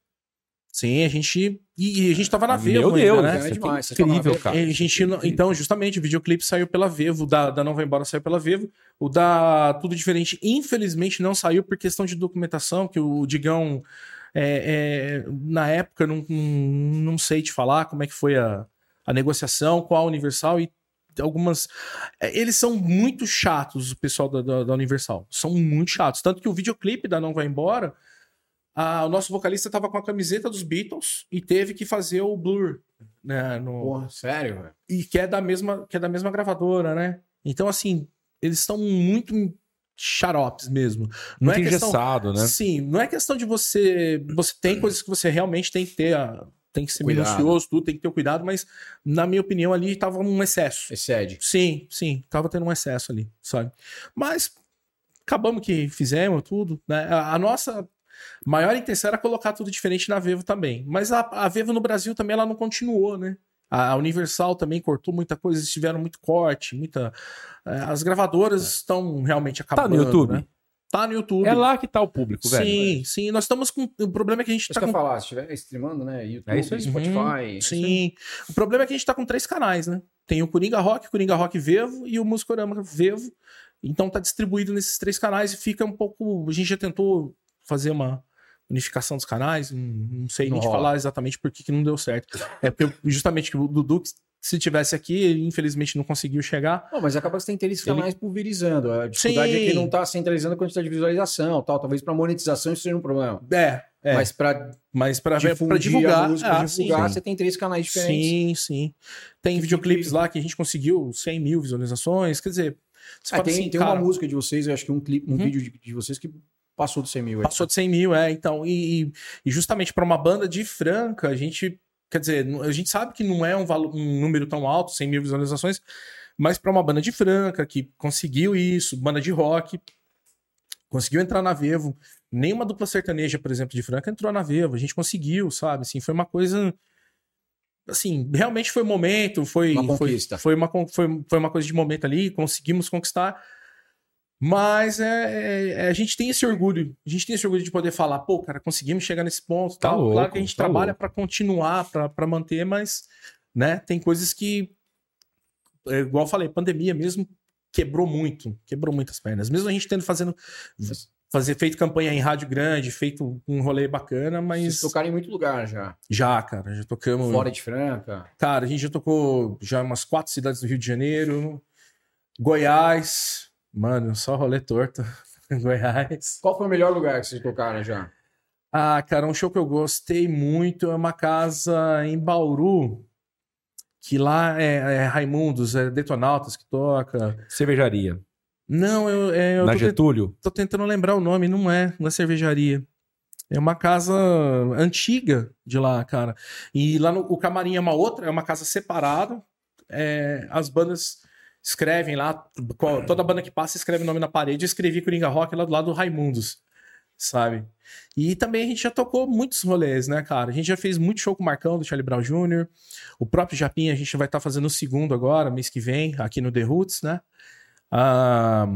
Speaker 3: Sim, a gente. E, e a gente tava na Vevo,
Speaker 2: Meu
Speaker 3: ainda,
Speaker 2: Deus,
Speaker 3: né?
Speaker 1: isso é demais, você tá na
Speaker 2: incrível,
Speaker 1: Vevo.
Speaker 2: cara.
Speaker 3: E a gente não- então, justamente, o videoclipe saiu pela Vevo, o da, da Não Vai Embora saiu pela Vevo, o da Tudo Diferente, infelizmente, não saiu por questão de documentação, que o Digão, é, é, na época, não, não, não sei te falar como é que foi a, a negociação com a Universal e algumas... é, Eles são muito chatos, o pessoal da, da- da Universal, são muito chatos, tanto que o videoclipe da Não Vai Embora... a- o nosso vocalista tava com a camiseta dos Beatles e teve que fazer o blur né, no,
Speaker 1: Porra, sério, velho?
Speaker 3: e que é da mesma que é da mesma gravadora, né? Então assim, eles são muito xaropes mesmo. Não
Speaker 2: Muito
Speaker 3: é questão,
Speaker 2: engessado, né?
Speaker 3: sim, não é questão de você você tem coisas que você realmente tem que ter a- tem que ser
Speaker 1: Cuidado.
Speaker 3: minucioso, tudo, tem que ter o cuidado, mas na minha opinião ali tava um excesso.
Speaker 1: Excede.
Speaker 3: Sim, sim, tava tendo um excesso ali, sabe? Mas acabamos que fizemos tudo, né? A, a nossa maior intenção era colocar tudo diferente na Vevo também, mas a, a Vevo no Brasil também ela não continuou, né? A a Universal também cortou muita coisa, eles tiveram muito corte, muita. eh, As gravadoras estão realmente acabando.
Speaker 2: É. YouTube?
Speaker 3: né? Tá no YouTube.
Speaker 2: É lá que tá o público, velho. tá
Speaker 3: Sim, sim. Nós estamos com. O problema é que a gente
Speaker 1: Isso
Speaker 3: está
Speaker 1: que eu
Speaker 3: com.
Speaker 1: ia falar, se estiver streamando, né? YouTube,
Speaker 2: É isso aí.
Speaker 1: Spotify.
Speaker 3: Sim. O problema é que a gente tá com três canais, né? Tem o Coringa Rock, o Coringa Rock Vevo e o Musicorama Vevo. Então tá distribuído nesses três canais e fica um pouco. A gente já tentou fazer uma unificação dos canais, não- não sei
Speaker 1: Não
Speaker 3: nem te
Speaker 1: rola.
Speaker 3: falar exatamente por que, que não deu certo. É porque eu- justamente que o Dudu, que se tivesse aqui, ele infelizmente não conseguiu chegar.
Speaker 1: Não, mas acaba que você tem interesse
Speaker 3: Ele-
Speaker 1: canais pulverizando. A dificuldade é que
Speaker 3: Sim.
Speaker 1: não está centralizando a quantidade de visualização, tal. Talvez para monetização isso seja um problema.
Speaker 3: É, é. Mas,
Speaker 1: Mas para
Speaker 3: para
Speaker 1: difundir
Speaker 3: divulgar,
Speaker 1: a música,
Speaker 3: ah,
Speaker 1: divulgar,
Speaker 3: sim.
Speaker 1: você tem três canais diferentes.
Speaker 3: Sim, sim. Tem videoclipes lá que a gente conseguiu 100 mil visualizações. Quer dizer, você
Speaker 1: Ah,
Speaker 3: fala
Speaker 1: tem
Speaker 3: assim,
Speaker 1: tem
Speaker 3: cara,
Speaker 1: uma música de vocês, eu acho que um, clipe, um
Speaker 3: Uhum.
Speaker 1: vídeo de, de vocês que passou dos 100 mil. aí.
Speaker 3: Passou de 100 mil, é. Então, e, e- e justamente para uma banda de Franca, a gente. Quer dizer, n- a gente sabe que não é um, valo- um número tão alto, 100 mil visualizações, mas para uma banda de Franca que conseguiu isso, banda de rock, conseguiu entrar na Vevo. Nenhuma dupla sertaneja, por exemplo, de Franca entrou na Vevo. A gente conseguiu, sabe? Assim, foi uma coisa. Assim, realmente foi momento, foi.
Speaker 1: Uma
Speaker 3: foi-
Speaker 1: conquista.
Speaker 3: Foi, uma, con- foi, foi uma coisa de momento ali, conseguimos conquistar. Mas é, é- é- a gente tem esse orgulho. A gente tem esse orgulho de poder falar, pô, cara, conseguimos chegar nesse ponto. e
Speaker 2: Tá
Speaker 3: tal.
Speaker 2: louco,
Speaker 3: claro que a gente
Speaker 2: tá
Speaker 3: trabalha
Speaker 2: louco.
Speaker 3: para continuar, para manter, mas né, tem coisas que, é, igual eu falei, pandemia mesmo quebrou muito, quebrou muitas pernas. Mesmo a gente tendo fazendo fazer feito campanha em rádio grande, feito um rolê bacana, mas
Speaker 1: Vocês tocaram em muito lugar já.
Speaker 3: já, cara, já tocamos
Speaker 1: Fora de Franca.
Speaker 3: Cara, a gente já tocou já umas quatro cidades do Rio de Janeiro, Goiás, mano, só rolê torto. Goiás.
Speaker 1: Qual foi o melhor lugar que vocês tocaram já?
Speaker 3: Ah, cara, um show que eu gostei muito é uma casa em Bauru, que lá é, é Raimundos, é Detonautas que toca.
Speaker 2: Cervejaria.
Speaker 3: Não, eu, é, eu
Speaker 2: Na
Speaker 3: tô, ten-
Speaker 2: Getúlio.
Speaker 3: tô tentando lembrar o nome, não é, não é cervejaria. É uma casa antiga de lá, cara. E lá no, o camarim é uma outra, é uma casa separada. É, as bandas escrevem lá, qual- toda banda que passa escreve o nome na parede. Eu escrevi Coringa Rock lá do lado do Raimundos, sabe? E também a gente já tocou muitos rolês, né, cara? A gente já fez muito show com o Marcão, do Charlie Brown Jr. O próprio Japinha, a gente vai estar fazendo o segundo agora, mês que vem, aqui no The Roots, né? Ah,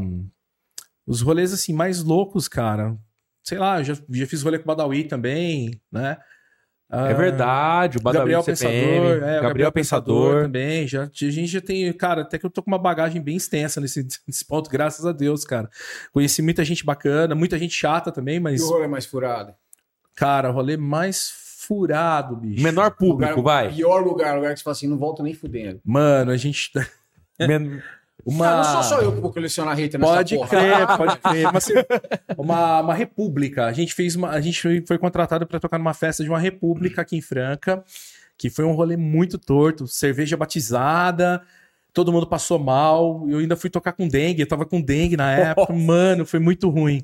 Speaker 3: os rolês, assim, mais loucos, cara. Sei lá, eu já, já fiz rolê com o Badawi também, né?
Speaker 2: É verdade, o Badawi
Speaker 3: Gabriel
Speaker 2: do CPM.
Speaker 3: Pensador, é, o
Speaker 2: Gabriel Pensador.
Speaker 3: também. Já, a gente já tem, cara, até que eu tô com uma bagagem bem extensa nesse, nesse ponto, graças a Deus, cara. Conheci muita gente bacana, muita gente chata também,
Speaker 1: E
Speaker 3: mas,
Speaker 1: o rolê mais furado?
Speaker 3: cara, rolê mais furado, bicho.
Speaker 2: Menor público,
Speaker 1: Lugar-
Speaker 2: vai.
Speaker 1: Pior lugar, lugar que você fala assim, não volto nem fudendo.
Speaker 3: Mano, a gente. tá
Speaker 2: Men-
Speaker 3: Uma...
Speaker 1: Ah, não sou só eu que vou colecionar hater nessa
Speaker 3: Pode
Speaker 1: porra.
Speaker 3: crer, é pode crer. Mas, assim, uma, uma república. A gente fez uma, a gente foi- foi contratado para tocar numa festa de uma república aqui em Franca, que foi um rolê muito torto, cerveja batizada, todo mundo passou mal. Eu ainda fui tocar com dengue, eu tava com dengue na época. Mano, foi muito ruim.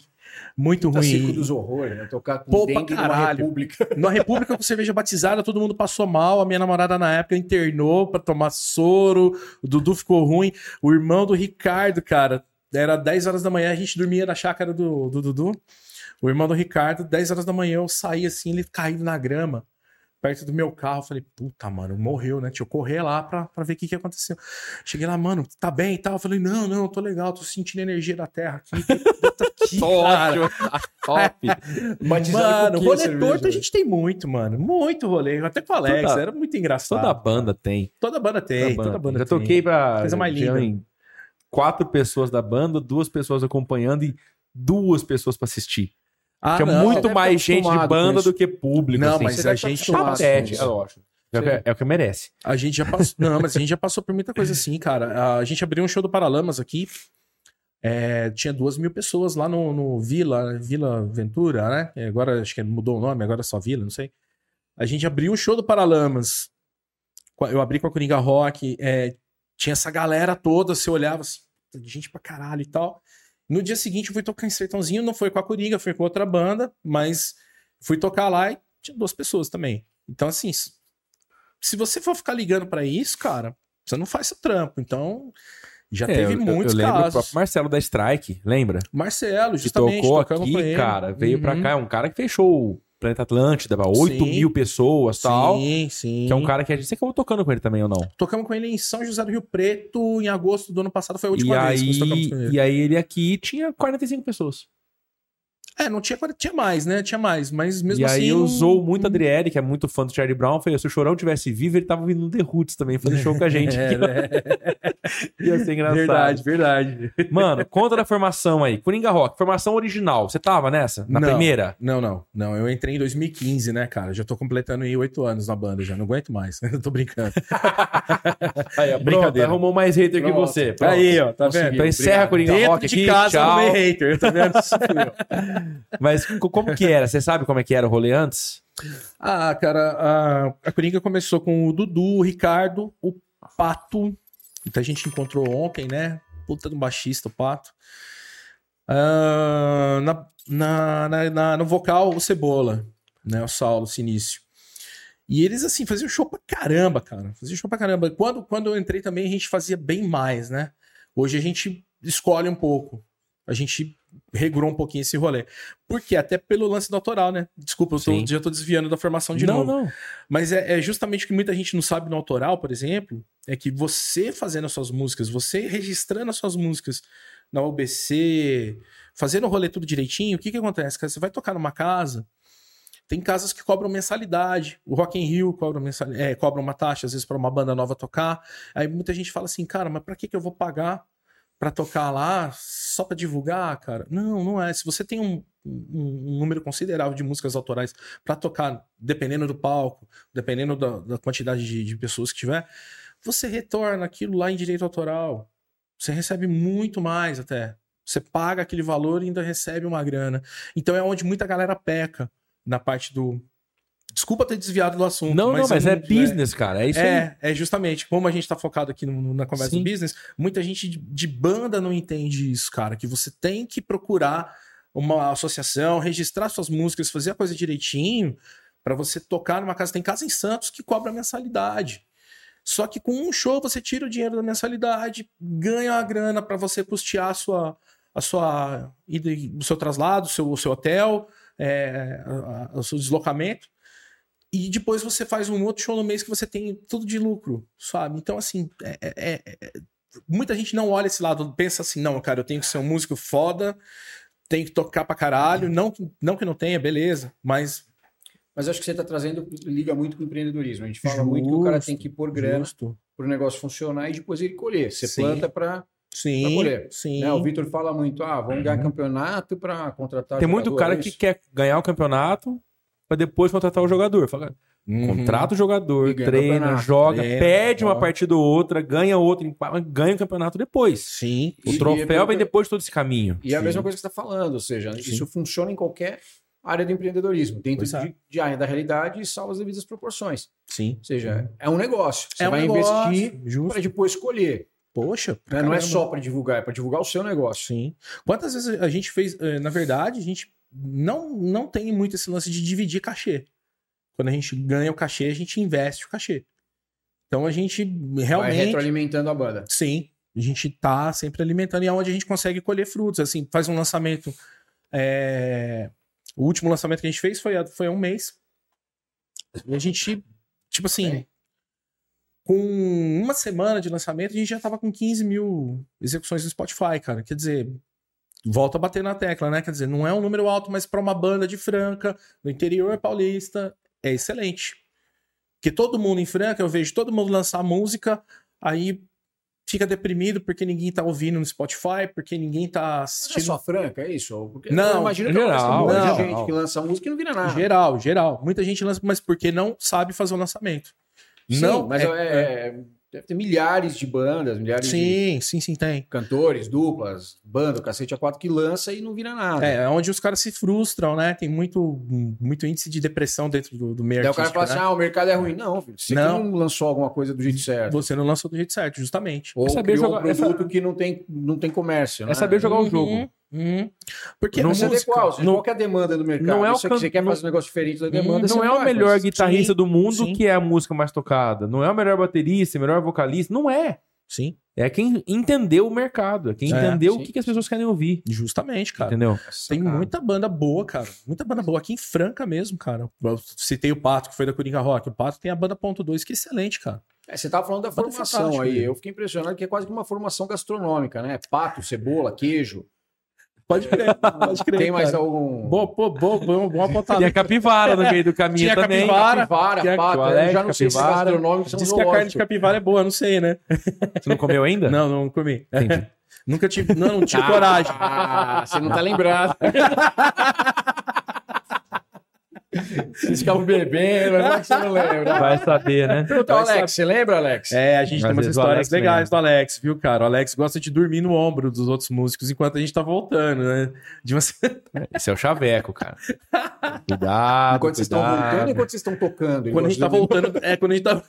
Speaker 3: Muito
Speaker 1: Tá circo
Speaker 3: ruim.
Speaker 1: dos horrores, né? Tocar com
Speaker 3: Pô, pra
Speaker 1: dengue numa
Speaker 3: caralho.
Speaker 1: república.
Speaker 3: Na república com cerveja batizada, todo mundo passou mal. A minha namorada na época internou para tomar soro. O Dudu ficou ruim. O irmão do Ricardo, cara, era 10 horas da manhã, a gente dormia na chácara do, do Dudu. O irmão do Ricardo, 10 horas da manhã, eu saí assim, ele caído na grama, perto do meu carro. Eu Falei, puta, mano, morreu, né? Deixa eu correr lá pra, pra ver o que, que aconteceu. Cheguei lá, mano, tá bem e tal. Eu Falei, não, não, tô legal, tô sentindo a energia da terra aqui. Puta que cara.
Speaker 2: Top.
Speaker 1: com
Speaker 3: Mano,
Speaker 1: que
Speaker 3: rolê
Speaker 1: cerveja,
Speaker 3: torto a
Speaker 1: velho?
Speaker 3: gente tem muito, mano. Muito rolê. Até com o Alex,
Speaker 2: Toda-
Speaker 3: era muito engraçado.
Speaker 2: Toda
Speaker 3: Toda,
Speaker 2: banda tem.
Speaker 3: banda tem, toda banda,
Speaker 2: Já
Speaker 3: tem.
Speaker 2: toquei pra.
Speaker 3: Coisa mais
Speaker 2: tinha
Speaker 3: linda.
Speaker 2: em Quatro pessoas da banda, duas pessoas acompanhando e duas pessoas pra assistir.
Speaker 3: Ah,
Speaker 2: Tinha
Speaker 3: não.
Speaker 2: é muito
Speaker 1: deve
Speaker 2: mais
Speaker 1: tá
Speaker 2: gente de
Speaker 1: acostumado com
Speaker 2: banda
Speaker 1: isso.
Speaker 2: do que público.
Speaker 3: Não,
Speaker 2: assim.
Speaker 3: mas
Speaker 2: Você
Speaker 3: a
Speaker 2: deve
Speaker 3: gente
Speaker 2: tá
Speaker 3: passa
Speaker 2: patético,
Speaker 1: isso.
Speaker 2: é lógico. É o que-
Speaker 1: Sim.
Speaker 2: é o que merece.
Speaker 3: A gente já passou. Não, mas a gente já passou por muita coisa assim, cara. A gente abriu um show do Paralamas aqui. É, tinha duas mil pessoas lá no, no Vila, Vila Ventura, né? É, Agora acho que mudou o nome, agora é só Vila, não sei. A gente abriu o show do Paralamas. Com a- Eu abri com a Coringa Rock. é, tinha essa galera toda, você olhava assim, "Puta, gente pra caralho e tal. No dia seguinte eu fui tocar em Sertãozinho, não foi com a Coringa, foi com outra banda, mas fui tocar lá e tinha duas pessoas também. Então, assim, se você for ficar ligando pra isso, cara, você não faz seu trampo. Então, já
Speaker 2: É,
Speaker 3: teve
Speaker 2: eu- eu-
Speaker 3: muitos
Speaker 2: eu, lembro o
Speaker 3: casos.
Speaker 2: próprio Marcelo da Strike, lembra?
Speaker 3: Marcelo,
Speaker 2: Que
Speaker 3: justamente.
Speaker 2: tocou
Speaker 3: tocava com
Speaker 2: aqui,
Speaker 3: ele.
Speaker 2: cara, veio pra
Speaker 3: Uhum.
Speaker 2: cá, é um cara que fechou o Planeta Atlântida pra 8
Speaker 3: Sim.
Speaker 2: mil pessoas e tal.
Speaker 3: Sim, sim.
Speaker 2: Que é um cara que a gente... Você acabou tocando com ele também ou não?
Speaker 3: Tocamos com ele em São José do Rio Preto em agosto do ano passado. Foi a
Speaker 2: E
Speaker 3: última vez que nós tocamos
Speaker 2: aí,
Speaker 3: com ele.
Speaker 2: e aí ele aqui tinha 45 pessoas.
Speaker 3: É, não tinha, tinha mais, né? Tinha mais, mas mesmo
Speaker 2: e
Speaker 3: assim.
Speaker 2: aí
Speaker 3: não-
Speaker 2: usou muito a Adriele, que é muito fã do Charlie Brown. Falei, se o Chorão tivesse vivo, ele tava vindo no The Roots também, fazer show com a gente.
Speaker 3: É, né?
Speaker 2: Ia ser engraçado.
Speaker 3: verdade, verdade.
Speaker 2: Mano, conta da formação aí. Coringa Rock, formação original. Você tava nessa? Na
Speaker 3: Não.
Speaker 2: primeira?
Speaker 3: Não, não, não. Eu entrei em 2015, né, cara? Já tô completando aí oito anos na banda, já não aguento mais. Eu tô brincando.
Speaker 2: Aí, ó,
Speaker 3: Brincadeira.
Speaker 2: Pronto, arrumou mais hater que
Speaker 1: Pronto.
Speaker 2: você. Pronto.
Speaker 3: Aí, ó, tá
Speaker 2: Conseguiu.
Speaker 3: vendo?
Speaker 2: Então encerra a Coringa
Speaker 3: Dentro
Speaker 2: Rock
Speaker 3: de
Speaker 2: aqui,
Speaker 3: casa eu
Speaker 2: tchau.
Speaker 3: não meio hater, tá vendo? Isso fui eu.
Speaker 2: Mas co- como que era? Você sabe como é que era o rolê antes?
Speaker 3: Ah, cara, a, a Coringa começou com o Dudu, o Ricardo, o Pato, que a gente encontrou ontem, né? Puta do baixista, o Pato. Ah, na, na- na- na- no vocal, o Cebola, né? O Saulo, o Sinício. E eles, assim, faziam show pra caramba, cara. Faziam show pra caramba. Quando, quando eu entrei também, a gente fazia bem mais, né? Hoje a gente escolhe um pouco. A gente regrou um pouquinho esse rolê. Porque até pelo lance do autoral, né? Desculpa, eu tô-
Speaker 2: Sim.
Speaker 3: já tô desviando da formação de
Speaker 2: não,
Speaker 3: novo.
Speaker 2: não.
Speaker 3: Mas é, é justamente o que muita gente não sabe no autoral, por exemplo, é que você fazendo as suas músicas, você registrando as suas músicas na UBC, fazendo o rolê tudo direitinho, o que que acontece? Cara, você vai tocar numa casa, tem casas que cobram mensalidade, o Rock in Rio cobra, mensal, é, cobra uma taxa, às vezes para uma banda nova tocar, aí muita gente fala assim, cara, mas para que que eu vou pagar para tocar lá só para divulgar, cara? Não, não é. Se você tem um- um- um número considerável de músicas autorais para tocar, dependendo do palco, dependendo da, da quantidade de, de pessoas que tiver, você retorna aquilo lá em direito autoral. Você recebe muito mais até. Você paga aquele valor e ainda recebe uma grana. Então é onde muita galera peca na parte do. Desculpa ter desviado do assunto.
Speaker 2: Não, não,
Speaker 3: eu
Speaker 2: mas é business, cara. É isso aí.
Speaker 3: é, é justamente. Como a gente tá focado aqui no- no- na conversa
Speaker 2: Sim.
Speaker 3: do business, muita gente de, de banda não entende isso, cara. Que você tem que procurar uma associação, registrar suas músicas, fazer a coisa direitinho pra você tocar numa casa. Tem casa em Santos que cobra mensalidade. Só que com um show você tira o dinheiro da mensalidade, ganha a grana pra você custear a sua, a sua ida e- o seu traslado, o seu, o seu hotel, é, a- a- o seu deslocamento. E depois você faz um outro show no mês que você tem tudo de lucro, sabe? Então, assim, é- é- é- é- muita gente não olha esse lado, pensa assim, não, cara, eu tenho que ser um músico foda, tenho que tocar pra
Speaker 1: Uhum.
Speaker 3: caralho, não, que- não que não tenha, beleza, mas
Speaker 1: Mas acho que você está trazendo, liga muito com o empreendedorismo. A gente fala muito que o cara tem que pôr grana
Speaker 3: É, justo.
Speaker 1: para o negócio funcionar e depois ele colher. Você
Speaker 3: Sim.
Speaker 1: planta para. Pra
Speaker 3: Sim,
Speaker 1: colher.
Speaker 3: sim. Uhum.
Speaker 1: O Vitor fala muito, ah, vamos ganhar campeonato para contratar.
Speaker 2: Tem muito
Speaker 1: jogador,
Speaker 2: cara
Speaker 1: é
Speaker 2: que
Speaker 1: isso?
Speaker 2: quer ganhar o campeonato pra depois contratar o jogador. Fala,
Speaker 3: Uhum.
Speaker 2: Contrata o jogador,
Speaker 1: E ganha
Speaker 2: treina,
Speaker 1: campeonato.
Speaker 2: joga,
Speaker 3: Treina,
Speaker 2: perde uma
Speaker 3: joga.
Speaker 2: partida ou outra, ganha outra, empa- mas ganha o campeonato depois.
Speaker 3: Sim.
Speaker 2: O
Speaker 1: E- e é
Speaker 2: troféu
Speaker 1: muito-
Speaker 2: vem depois de todo esse caminho.
Speaker 1: E é a
Speaker 3: Sim.
Speaker 1: mesma coisa que você está falando, ou seja,
Speaker 3: Sim.
Speaker 1: isso funciona em qualquer área do empreendedorismo, dentro
Speaker 3: Pois é.
Speaker 1: de, de área da realidade e salvo as devidas proporções.
Speaker 3: Sim. Uhum.
Speaker 1: Ou seja, é um negócio. Você
Speaker 3: É um
Speaker 1: vai
Speaker 3: negócio,
Speaker 1: investir
Speaker 3: justo.
Speaker 1: para depois colher.
Speaker 3: Poxa,
Speaker 1: né?
Speaker 3: pra
Speaker 1: Não é
Speaker 3: caramba.
Speaker 1: só para divulgar, é para divulgar o seu negócio.
Speaker 3: Sim. Quantas vezes a gente fez. eh, Na verdade, a gente não, não tem muito esse lance de dividir cachê. Quando a gente ganha o cachê, a gente investe o cachê. Então a gente
Speaker 1: Vai
Speaker 3: realmente.
Speaker 1: retroalimentando a banda.
Speaker 3: Sim. A gente tá sempre alimentando e é onde a gente consegue colher frutos. Assim, faz um lançamento. é, O último lançamento que a gente fez foi há, foi há um mês. E a gente, tipo assim, com uma semana de lançamento, a gente já tava com 15 mil execuções no Spotify, cara. Quer dizer, volta a bater na tecla, né? Quer dizer, não é um número alto, mas para uma banda de Franca, do interior paulista, é excelente. Porque todo mundo em Franca, eu vejo todo mundo lançar música, aí fica deprimido porque ninguém tá ouvindo no Spotify, porque ninguém tá
Speaker 1: Mas não é
Speaker 3: assistindo.
Speaker 1: só franca, é isso? Porque
Speaker 3: Não,
Speaker 1: eu imagino
Speaker 2: em
Speaker 1: que é uma
Speaker 2: geral,
Speaker 1: questão boa de
Speaker 3: em
Speaker 1: gente
Speaker 2: geral.
Speaker 1: que lança música e não vira nada.
Speaker 3: Geral, geral. Muita gente lança, mas porque não sabe fazer o lançamento.
Speaker 1: Sim,
Speaker 3: não,
Speaker 1: mas
Speaker 3: é-
Speaker 1: é- deve ter milhares de bandas, milhares de
Speaker 3: Sim, sim, sim, tem.
Speaker 1: cantores, duplas, banda, o cacete a quatro que lança e não vira nada.
Speaker 3: É, é onde os caras se frustram, né? Tem muito, muito índice de depressão dentro do, do meio
Speaker 1: Daí o cara
Speaker 3: artístico,
Speaker 1: fala assim:
Speaker 3: né?
Speaker 1: ah, o mercado é ruim. Não, filho, você
Speaker 3: Não.
Speaker 1: que não lançou alguma coisa do jeito certo.
Speaker 3: né? Você não lançou do jeito certo, justamente.
Speaker 1: Ou
Speaker 2: É saber
Speaker 1: criou um
Speaker 2: jogar-
Speaker 1: produto
Speaker 2: essa-
Speaker 1: que não tem, não tem comércio.
Speaker 2: É
Speaker 1: né?
Speaker 2: saber jogar o
Speaker 3: Uhum.
Speaker 2: jogo.
Speaker 3: Uhum. Porque
Speaker 1: Não
Speaker 3: a
Speaker 1: se
Speaker 3: música-
Speaker 1: adequar, ou seja,
Speaker 2: não-
Speaker 1: qual que é a demanda do mercado?
Speaker 2: não é o
Speaker 1: Isso que
Speaker 2: can-
Speaker 1: você quer
Speaker 2: não-
Speaker 1: fazer um negócio diferente da
Speaker 2: Não,
Speaker 1: demanda, você
Speaker 2: é o
Speaker 1: faz,
Speaker 2: melhor
Speaker 1: mas-
Speaker 2: guitarrista do mundo
Speaker 3: sim.
Speaker 2: que é a música mais tocada. Não é o melhor baterista, melhor vocalista. Não é.
Speaker 3: Sim,
Speaker 2: É quem entendeu o mercado. É quem
Speaker 3: É,
Speaker 2: entendeu
Speaker 1: sim.
Speaker 2: o que, que as pessoas querem ouvir.
Speaker 3: justamente, cara.
Speaker 2: Entendeu?
Speaker 3: Tem
Speaker 1: Cara,
Speaker 3: muita banda boa, cara. Muita banda boa. Aqui em Franca mesmo, cara. Eu citei o Pato, que foi da Coringa Rock. O Pato tem a banda ponto 2, que é excelente, cara.
Speaker 1: é, você tava falando da
Speaker 3: Banda
Speaker 1: formação
Speaker 3: fantástica,
Speaker 1: aí.
Speaker 3: né?
Speaker 1: Eu fiquei impressionado que é quase que uma formação gastronômica, né? Pato, cebola, queijo.
Speaker 3: Pode crer, pode crer.
Speaker 1: Tem mais
Speaker 3: cara.
Speaker 1: algum.
Speaker 3: Boa, boa, boa, boa, boa apontada.
Speaker 2: Tem a capivara no meio do caminho
Speaker 3: Tinha
Speaker 2: também.
Speaker 3: capivara.
Speaker 1: Capivara,
Speaker 2: que é
Speaker 1: pato.
Speaker 2: Alex,
Speaker 1: eu já não sei se
Speaker 2: capivara.
Speaker 1: gastronômico são
Speaker 3: Diz que a carne de capivara é boa, não sei, né?
Speaker 2: Você não comeu ainda?
Speaker 3: Não, não comi.
Speaker 2: Entendi.
Speaker 3: Nunca tive, não, não
Speaker 1: Ah,
Speaker 3: tive coragem.
Speaker 1: Ah, você não tá lembrado. Vocês ficavam bebendo, como é que você não lembra?
Speaker 2: Vai saber, né?
Speaker 1: Pergunta ao Alex, você lembra, Alex?
Speaker 3: É, a gente
Speaker 2: Às
Speaker 3: tem umas
Speaker 2: vezes o
Speaker 3: histórias
Speaker 2: Alex
Speaker 3: legais do Alex, viu, cara? O Alex gosta de dormir no ombro dos outros músicos enquanto a gente tá voltando, né? De uma...
Speaker 2: Esse é o chaveco, cara. Cuidado.
Speaker 1: Enquanto vocês estão
Speaker 2: cuidado.
Speaker 1: voltando, enquanto vocês estão tocando.
Speaker 3: Quando a gente tá
Speaker 1: enquanto-
Speaker 3: voltando. É, quando a gente tá.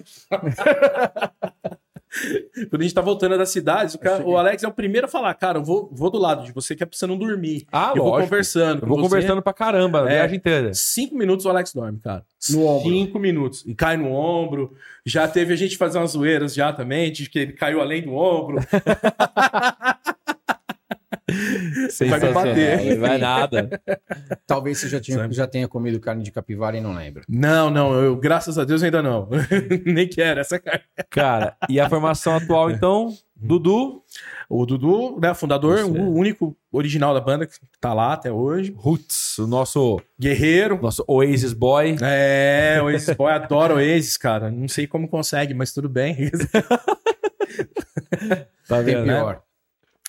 Speaker 3: quando a gente tá voltando das cidades, o, cara- o Alex é o primeiro a falar, cara, eu vou, vou do lado de você que é pra você não dormir.
Speaker 2: Ah,
Speaker 3: eu vou
Speaker 2: lógico.
Speaker 3: conversando.
Speaker 2: Eu
Speaker 3: com
Speaker 2: vou
Speaker 3: você.
Speaker 2: conversando pra caramba, a
Speaker 3: É.
Speaker 2: viagem inteira.
Speaker 3: Cinco minutos o Alex dorme, cara.
Speaker 1: No ombro.
Speaker 3: Cinco minutos. E cai no ombro. Já teve a gente fazer umas zoeiras já também, de que ele caiu além do ombro.
Speaker 2: Sensacional.
Speaker 3: bater.
Speaker 2: Não vai nada.
Speaker 1: Talvez você já tenha,
Speaker 3: Sabe?
Speaker 1: já tenha comido carne de capivara e não lembra.
Speaker 3: Não, não, eu, graças a Deus, ainda não. Nem quero essa cara.
Speaker 2: Cara, e a formação atual, então? Dudu,
Speaker 3: O Dudu, né, fundador,
Speaker 2: Isso é.
Speaker 3: o único original da banda que tá lá até hoje.
Speaker 2: Roots, o nosso,
Speaker 3: Guerreiro.
Speaker 2: nosso Oasis Boy.
Speaker 3: É, o Oasis Boy, adoro Oasis, cara. Não sei como consegue, mas tudo bem.
Speaker 2: Tá
Speaker 1: Tem
Speaker 2: vendo, né?
Speaker 1: pior.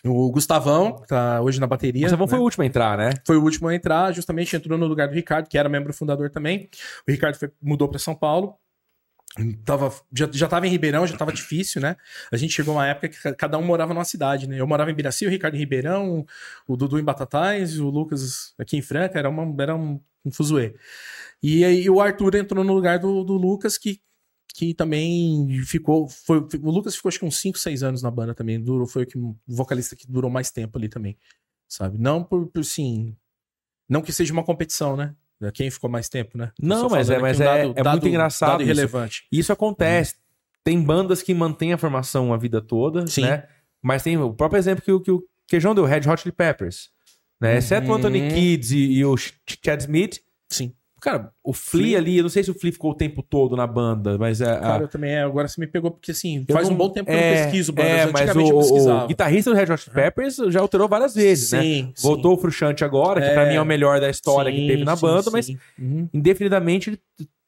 Speaker 3: O Gustavão, que tá hoje na bateria.
Speaker 2: Gustavão
Speaker 3: né?
Speaker 2: foi o último a entrar, né?
Speaker 3: foi o último a entrar, justamente entrou no lugar do Ricardo, que era membro fundador também. O Ricardo foi- mudou para São Paulo. Tava, já, já tava em Ribeirão, já tava difícil, né? A gente chegou uma época que ca- cada um morava numa cidade, né? Eu morava em Biraci, o Ricardo em Ribeirão, o Dudu em Batatais, o Lucas aqui em Franca, era, uma, era um, um fuzuê. E aí o Arthur entrou no lugar do, do Lucas, que, que também ficou. Foi, o Lucas ficou acho que uns 5, 6 anos na banda também. Durou, foi o, que, o vocalista que durou mais tempo ali também sabe? Não por, por sim. Não que seja uma competição, né? Quem ficou mais tempo, né?
Speaker 2: Não,
Speaker 3: Só
Speaker 2: mas
Speaker 3: falando
Speaker 2: é- mas
Speaker 3: aqui
Speaker 2: é- é muito engraçado
Speaker 3: Dado
Speaker 2: isso.
Speaker 3: relevante.
Speaker 2: E Isso acontece. Tem bandas que mantêm a formação a vida toda,
Speaker 3: Sim.
Speaker 2: né? Mas tem o próprio exemplo que, o- que o Queijão deu, Red Hot Chili Peppers. Né? Exceto o Anthony
Speaker 3: Uhum.
Speaker 2: Kidd e, e o Ch- Chad Smith.
Speaker 3: Sim.
Speaker 2: Cara, o Flea ali, eu não sei se o Flea ficou o tempo todo na banda, mas... A, a-
Speaker 3: Cara, eu também é. Agora você me pegou, porque assim,
Speaker 2: Ah. eu
Speaker 3: faz
Speaker 2: não-
Speaker 3: um bom tempo que eu
Speaker 2: é,
Speaker 3: não pesquiso bandas.
Speaker 2: É, mas o,
Speaker 3: Antigamente eu pesquisava.
Speaker 2: o guitarrista do Red Hot Chili Peppers já alterou várias vezes, né?
Speaker 3: sim, sim.
Speaker 2: Voltou o Fruxante agora, que pra
Speaker 3: É.
Speaker 2: mim é o melhor da história que
Speaker 3: Sim,
Speaker 2: teve na
Speaker 3: sim,
Speaker 2: banda,
Speaker 3: sim.
Speaker 2: mas
Speaker 3: Uhum.
Speaker 2: indefinidamente eles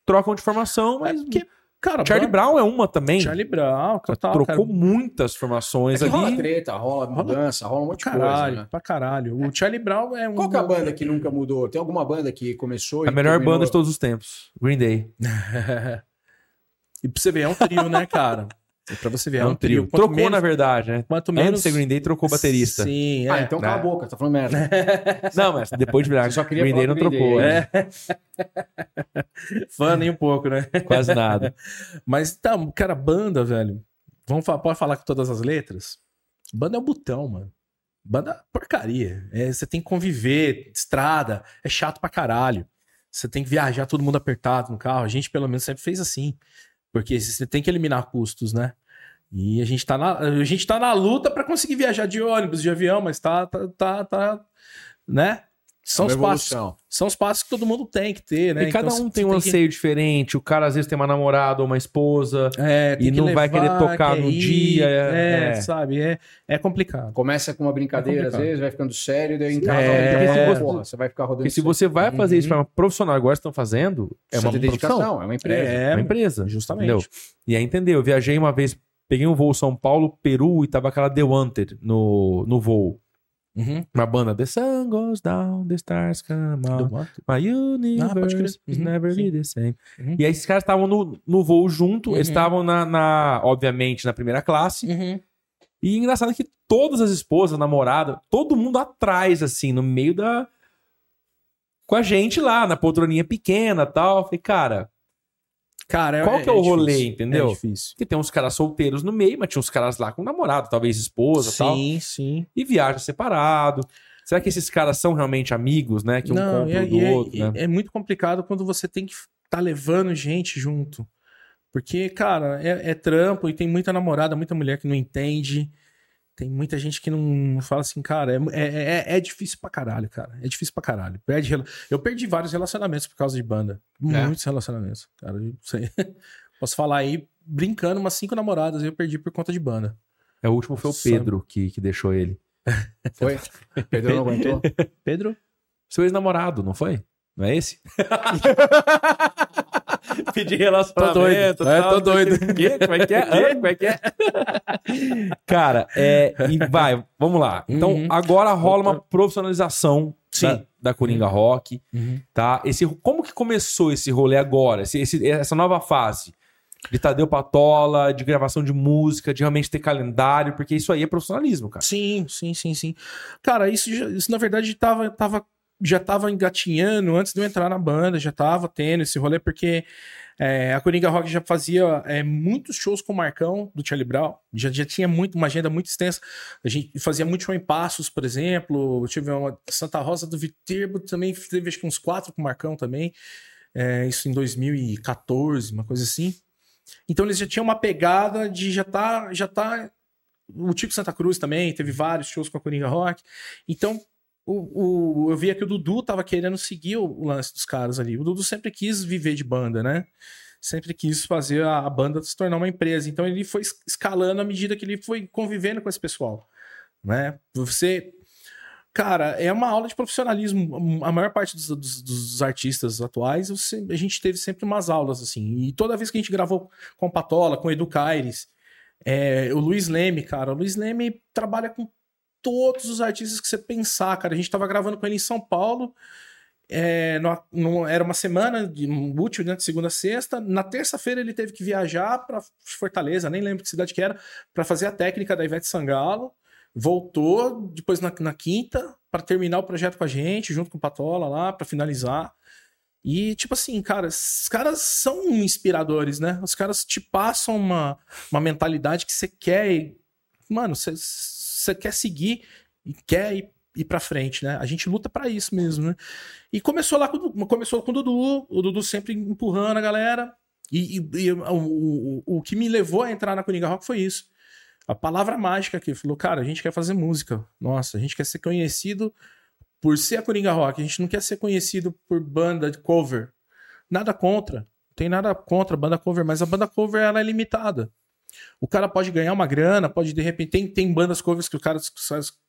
Speaker 2: trocam de formação,
Speaker 3: Mas,
Speaker 2: mas...
Speaker 3: É porque, cara,
Speaker 2: Charlie
Speaker 3: banda-
Speaker 2: Brown é uma também.
Speaker 3: Charlie Brown, total,
Speaker 2: trocou um
Speaker 3: cara.
Speaker 2: muitas formações
Speaker 1: É que rola
Speaker 2: ali.
Speaker 1: treta, rola mudança, rola um monte de
Speaker 3: Pra caralho,
Speaker 1: coisa. Né?
Speaker 3: pra caralho. O Charlie Brown é um.
Speaker 1: Qual que é a banda que nunca mudou? Tem alguma banda que começou e
Speaker 2: A melhor
Speaker 1: terminou?
Speaker 2: banda de todos os tempos. Green Day.
Speaker 3: e pra você ver, é um trio, né, cara? E pra você ver, é, um trio. Quanto
Speaker 2: Trocou,
Speaker 3: menos,
Speaker 2: na verdade, né?
Speaker 3: Quanto
Speaker 2: Antes de
Speaker 3: menos.
Speaker 2: ser Green Day, trocou baterista.
Speaker 3: Sim, é.
Speaker 1: Ah, então cala
Speaker 2: né?
Speaker 1: a boca, tá falando merda.
Speaker 2: Não, mas depois de virar
Speaker 1: Eu só queria
Speaker 2: Green Day não
Speaker 1: falar do Green
Speaker 2: trocou.
Speaker 1: Day,
Speaker 2: né?
Speaker 3: É, Fã nem um pouco, né?
Speaker 2: Quase nada.
Speaker 3: Mas tá, cara, banda, velho. Vamos falar, pode falar com todas as letras? Banda é um botão, mano. Banda é porcaria. É, você tem que conviver, estrada, é chato pra caralho. Você tem que viajar todo mundo apertado no carro. A gente, pelo menos, sempre fez assim. Porque você tem que eliminar custos, né? E a gente tá na, a gente tá na luta pra conseguir viajar de ônibus, de avião, mas tá, tá, tá, tá né? São
Speaker 1: É Uma
Speaker 3: os, passos,
Speaker 1: evolução.
Speaker 3: são os passos que todo mundo tem que ter, né?
Speaker 2: E cada
Speaker 3: Então,
Speaker 2: um
Speaker 3: você
Speaker 2: tem um
Speaker 3: que-
Speaker 2: anseio diferente. O cara às vezes tem uma namorada ou uma esposa.
Speaker 3: É, tem
Speaker 2: E
Speaker 3: que
Speaker 2: não vai
Speaker 3: levar,
Speaker 2: querer tocar
Speaker 3: quer
Speaker 2: no
Speaker 3: ir,
Speaker 2: dia, é,
Speaker 3: É,
Speaker 2: é.
Speaker 3: sabe? É, é complicado.
Speaker 1: Começa com uma brincadeira,
Speaker 3: É
Speaker 1: às
Speaker 3: complicado.
Speaker 1: vezes, vai ficando sério, daí entra
Speaker 2: É,
Speaker 1: é...
Speaker 2: porque se
Speaker 1: porra, você vai ficar rodando.
Speaker 2: Porque se você vai fazer
Speaker 3: Uhum.
Speaker 2: isso pra uma profissional, agora estão fazendo, é
Speaker 1: Precisa
Speaker 2: uma
Speaker 1: ter
Speaker 2: profissão.
Speaker 1: dedicação, é uma empresa.
Speaker 2: É
Speaker 3: É,
Speaker 2: uma empresa.
Speaker 3: justamente.
Speaker 2: Entendeu? E aí entendeu? Eu viajei uma vez, peguei um voo São Paulo, Peru e tava aquela The Wanted no, no voo.
Speaker 3: Uhum.
Speaker 2: Uma banda The Sun Goes Down, The Stars Come
Speaker 3: Do
Speaker 2: Out,
Speaker 3: mato.
Speaker 2: My Universe
Speaker 3: pode crer.
Speaker 2: is
Speaker 3: Uhum,
Speaker 2: Never Be the Same.
Speaker 3: Uhum.
Speaker 2: E aí esses caras estavam no, no voo junto, eles
Speaker 3: Uhum.
Speaker 2: estavam na, na, obviamente, na primeira classe. E engraçado que todas as esposas, namorada, todo mundo atrás, assim, no meio da. Com a gente lá, na poltroninha pequena tal. Falei, cara,
Speaker 3: Cara,
Speaker 2: Qual que é o rolê,
Speaker 3: difícil.
Speaker 2: entendeu?
Speaker 3: É difícil.
Speaker 2: que tem uns caras solteiros no meio, mas tinha uns caras lá com namorado, talvez esposa tal.
Speaker 3: Sim, sim.
Speaker 2: E viaja separado. Será que esses caras são realmente amigos, né? Que um
Speaker 3: Não,
Speaker 2: compra
Speaker 3: é,
Speaker 2: o do
Speaker 3: é-
Speaker 2: outro, né?
Speaker 3: é muito complicado quando você tem que tá levando gente junto. Porque, cara, é, é trampo e tem muita namorada, muita mulher que não entende. Tem muita gente que não fala assim, cara, é, é, é- é difícil pra caralho, cara. É difícil pra caralho. Perde, rela- eu perdi vários relacionamentos por causa de banda.
Speaker 2: É?
Speaker 3: Muitos relacionamentos, cara. Eu não sei. Posso falar aí, brincando, umas cinco namoradas eu perdi por conta de banda.
Speaker 2: É, o último foi o
Speaker 3: Nossa.
Speaker 2: Pedro que, que deixou ele.
Speaker 1: Foi? Pedro não aguentou?
Speaker 3: Pedro?
Speaker 2: Seu ex-namorado, não foi? Não é esse? Pedir relacionamento.
Speaker 3: Tô doido. É, tô doido.
Speaker 2: Quê? Como é que é? Hã? Como é que é? Cara, é, e vai, vamos lá. Então,
Speaker 3: Uhum.
Speaker 2: agora rola uma profissionalização
Speaker 3: Sim.
Speaker 2: da, da Coringa Rock. tá? Esse, como que começou esse rolê agora? Esse- esse- essa nova fase de Tadeu Patola, de gravação de música, de realmente ter calendário, porque isso aí é profissionalismo, cara.
Speaker 3: Sim, sim, sim, sim. Cara, isso, já- isso na verdade tava, tava, já tava engatinhando antes de eu entrar na banda, já tava tendo esse rolê, porque é, a Coringa Rock já fazia é, muitos shows com o Marcão, do Charlie Brown, já, já tinha muito, uma agenda muito extensa. A gente fazia muito show em Passos, por exemplo, eu tive uma Santa Rosa do Viterbo também, teve acho que uns quatro com o Marcão também, é, isso em 2014, uma coisa assim. Então eles já tinham uma pegada de já tá, já tá o Tico Santa Cruz também teve vários shows com a Coringa Rock. Então, o, o- eu via que o Dudu tava querendo seguir o, o lance dos caras ali. O Dudu sempre quis viver de banda, né? Sempre quis fazer a, a banda se tornar uma empresa. Então, ele foi es- escalando à medida que ele foi convivendo com esse pessoal, né? Você. Cara, é uma aula de profissionalismo. A maior parte dos, dos- dos artistas atuais, eu se- a gente teve sempre umas aulas assim. E toda vez que a gente gravou com o Patola, com o Edu Caires, é, o Luiz Leme, cara. O Luiz Leme trabalha com todos os artistas que você pensar, cara. A gente tava gravando com ele em São Paulo. é, no- no- era uma semana de um útil, né? De segunda a sexta. Na terça-feira ele teve que viajar para Fortaleza, nem lembro que cidade que era, para fazer a técnica da Ivete Sangalo. Voltou depois na, na quinta para terminar o projeto com a gente, junto com o Patola lá, para finalizar. E, tipo assim, cara, os caras são inspiradores, né? Os caras te passam uma, uma mentalidade que você quer, e- mano, você- você quer seguir e quer ir, ir pra frente, né? A gente luta pra isso mesmo, né? E começou lá com, o Du- começou com o Dudu, o Dudu sempre empurrando a galera. E, e- e o, o, o que me levou a entrar na Coringa Rock foi isso. A palavra mágica que falou, cara, a gente quer fazer música. Nossa, a gente quer ser conhecido por ser a Coringa Rock. A gente não quer ser conhecido por banda de cover. Nada contra. Não tem nada contra a banda cover, mas a banda cover ela é limitada. O cara pode ganhar uma grana, pode de repente. Tem, tem bandas covers que os caras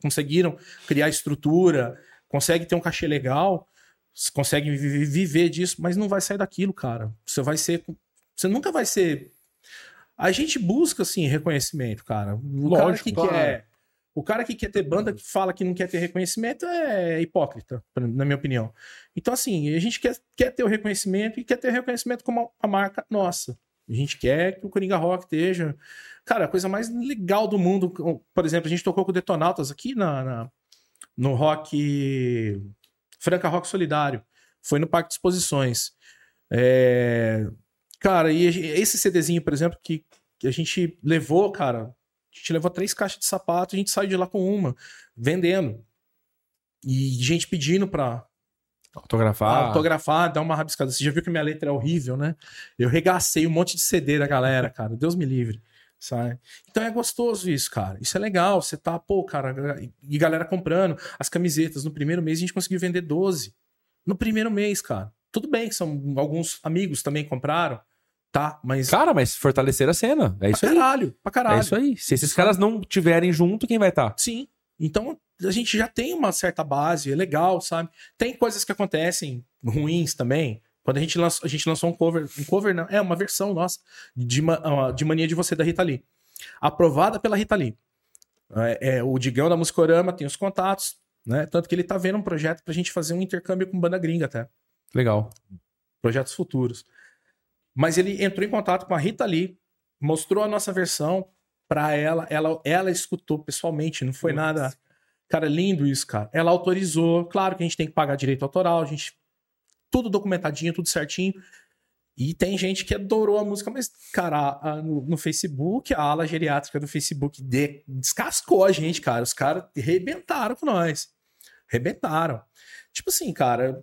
Speaker 3: conseguiram criar estrutura, consegue ter um cachê legal, s- consegue vi- vi- viver disso, mas não vai sair daquilo, cara. Você vai ser. Você nunca vai ser. A gente busca, assim, reconhecimento, cara. O cara
Speaker 1: Lógico,
Speaker 3: que
Speaker 1: claro.
Speaker 3: quer. O cara que quer ter banda que fala que não quer ter reconhecimento é hipócrita, pra- na minha opinião. Então, assim, a gente quer, quer ter o reconhecimento e quer ter reconhecimento como a marca nossa. A gente quer que o Coringa Rock esteja. Cara, a coisa mais legal do mundo. Por exemplo, a gente tocou com o Detonautas aqui na, na- no rock. Franca Rock Solidário. Foi no Parque de Exposições. É, Cara, e a gen- esse CDzinho, por exemplo, que que a gente levou, cara. A gente levou três caixas de sapato, a gente saiu de lá com uma, vendendo. E gente pedindo pra,
Speaker 2: Autografar.
Speaker 3: autografar, dar uma rabiscada. Você já viu que minha letra é horrível, né? Eu regacei um monte de CD da galera, cara. Deus me livre. Sabe? Então é gostoso isso, cara. Isso é legal. Você tá, pô, cara, e galera comprando as camisetas. No primeiro mês a gente conseguiu vender 12. No primeiro mês, cara. Tudo bem que são alguns amigos também compraram, tá? Mas
Speaker 2: Cara, mas fortalecer a cena. É isso
Speaker 3: pra
Speaker 2: aí.
Speaker 3: caralho, pra caralho.
Speaker 2: É isso aí. Se esses caras não tiverem junto, quem vai tá? estar?
Speaker 3: Sim. Então a gente já tem uma certa base, é legal, sabe? Tem coisas que acontecem ruins também. Quando a gente lançou, a gente lançou um cover, um cover não, é uma versão nossa de, Ma- ah, de Mania de Você da Rita Lee. Aprovada pela Rita Lee. É, é, o Digão da Muscorama tem os contatos, né? Tanto que ele tá vendo um projeto pra gente fazer um intercâmbio com banda gringa até
Speaker 2: Legal.
Speaker 3: projetos futuros. Mas ele entrou em contato com a Rita Lee, mostrou a nossa versão pra ela, ela, ela escutou pessoalmente, não foi nada. Cara, lindo isso, cara. Ela autorizou, claro que a gente tem que pagar direito autoral, a gente tudo documentadinho, tudo certinho. E tem gente que adorou a música, mas, cara, a- a- no, no Facebook, a ala geriátrica do Facebook de- descascou a gente, cara. Os caras arrebentaram com nós. Rebentaram. Tipo assim, cara,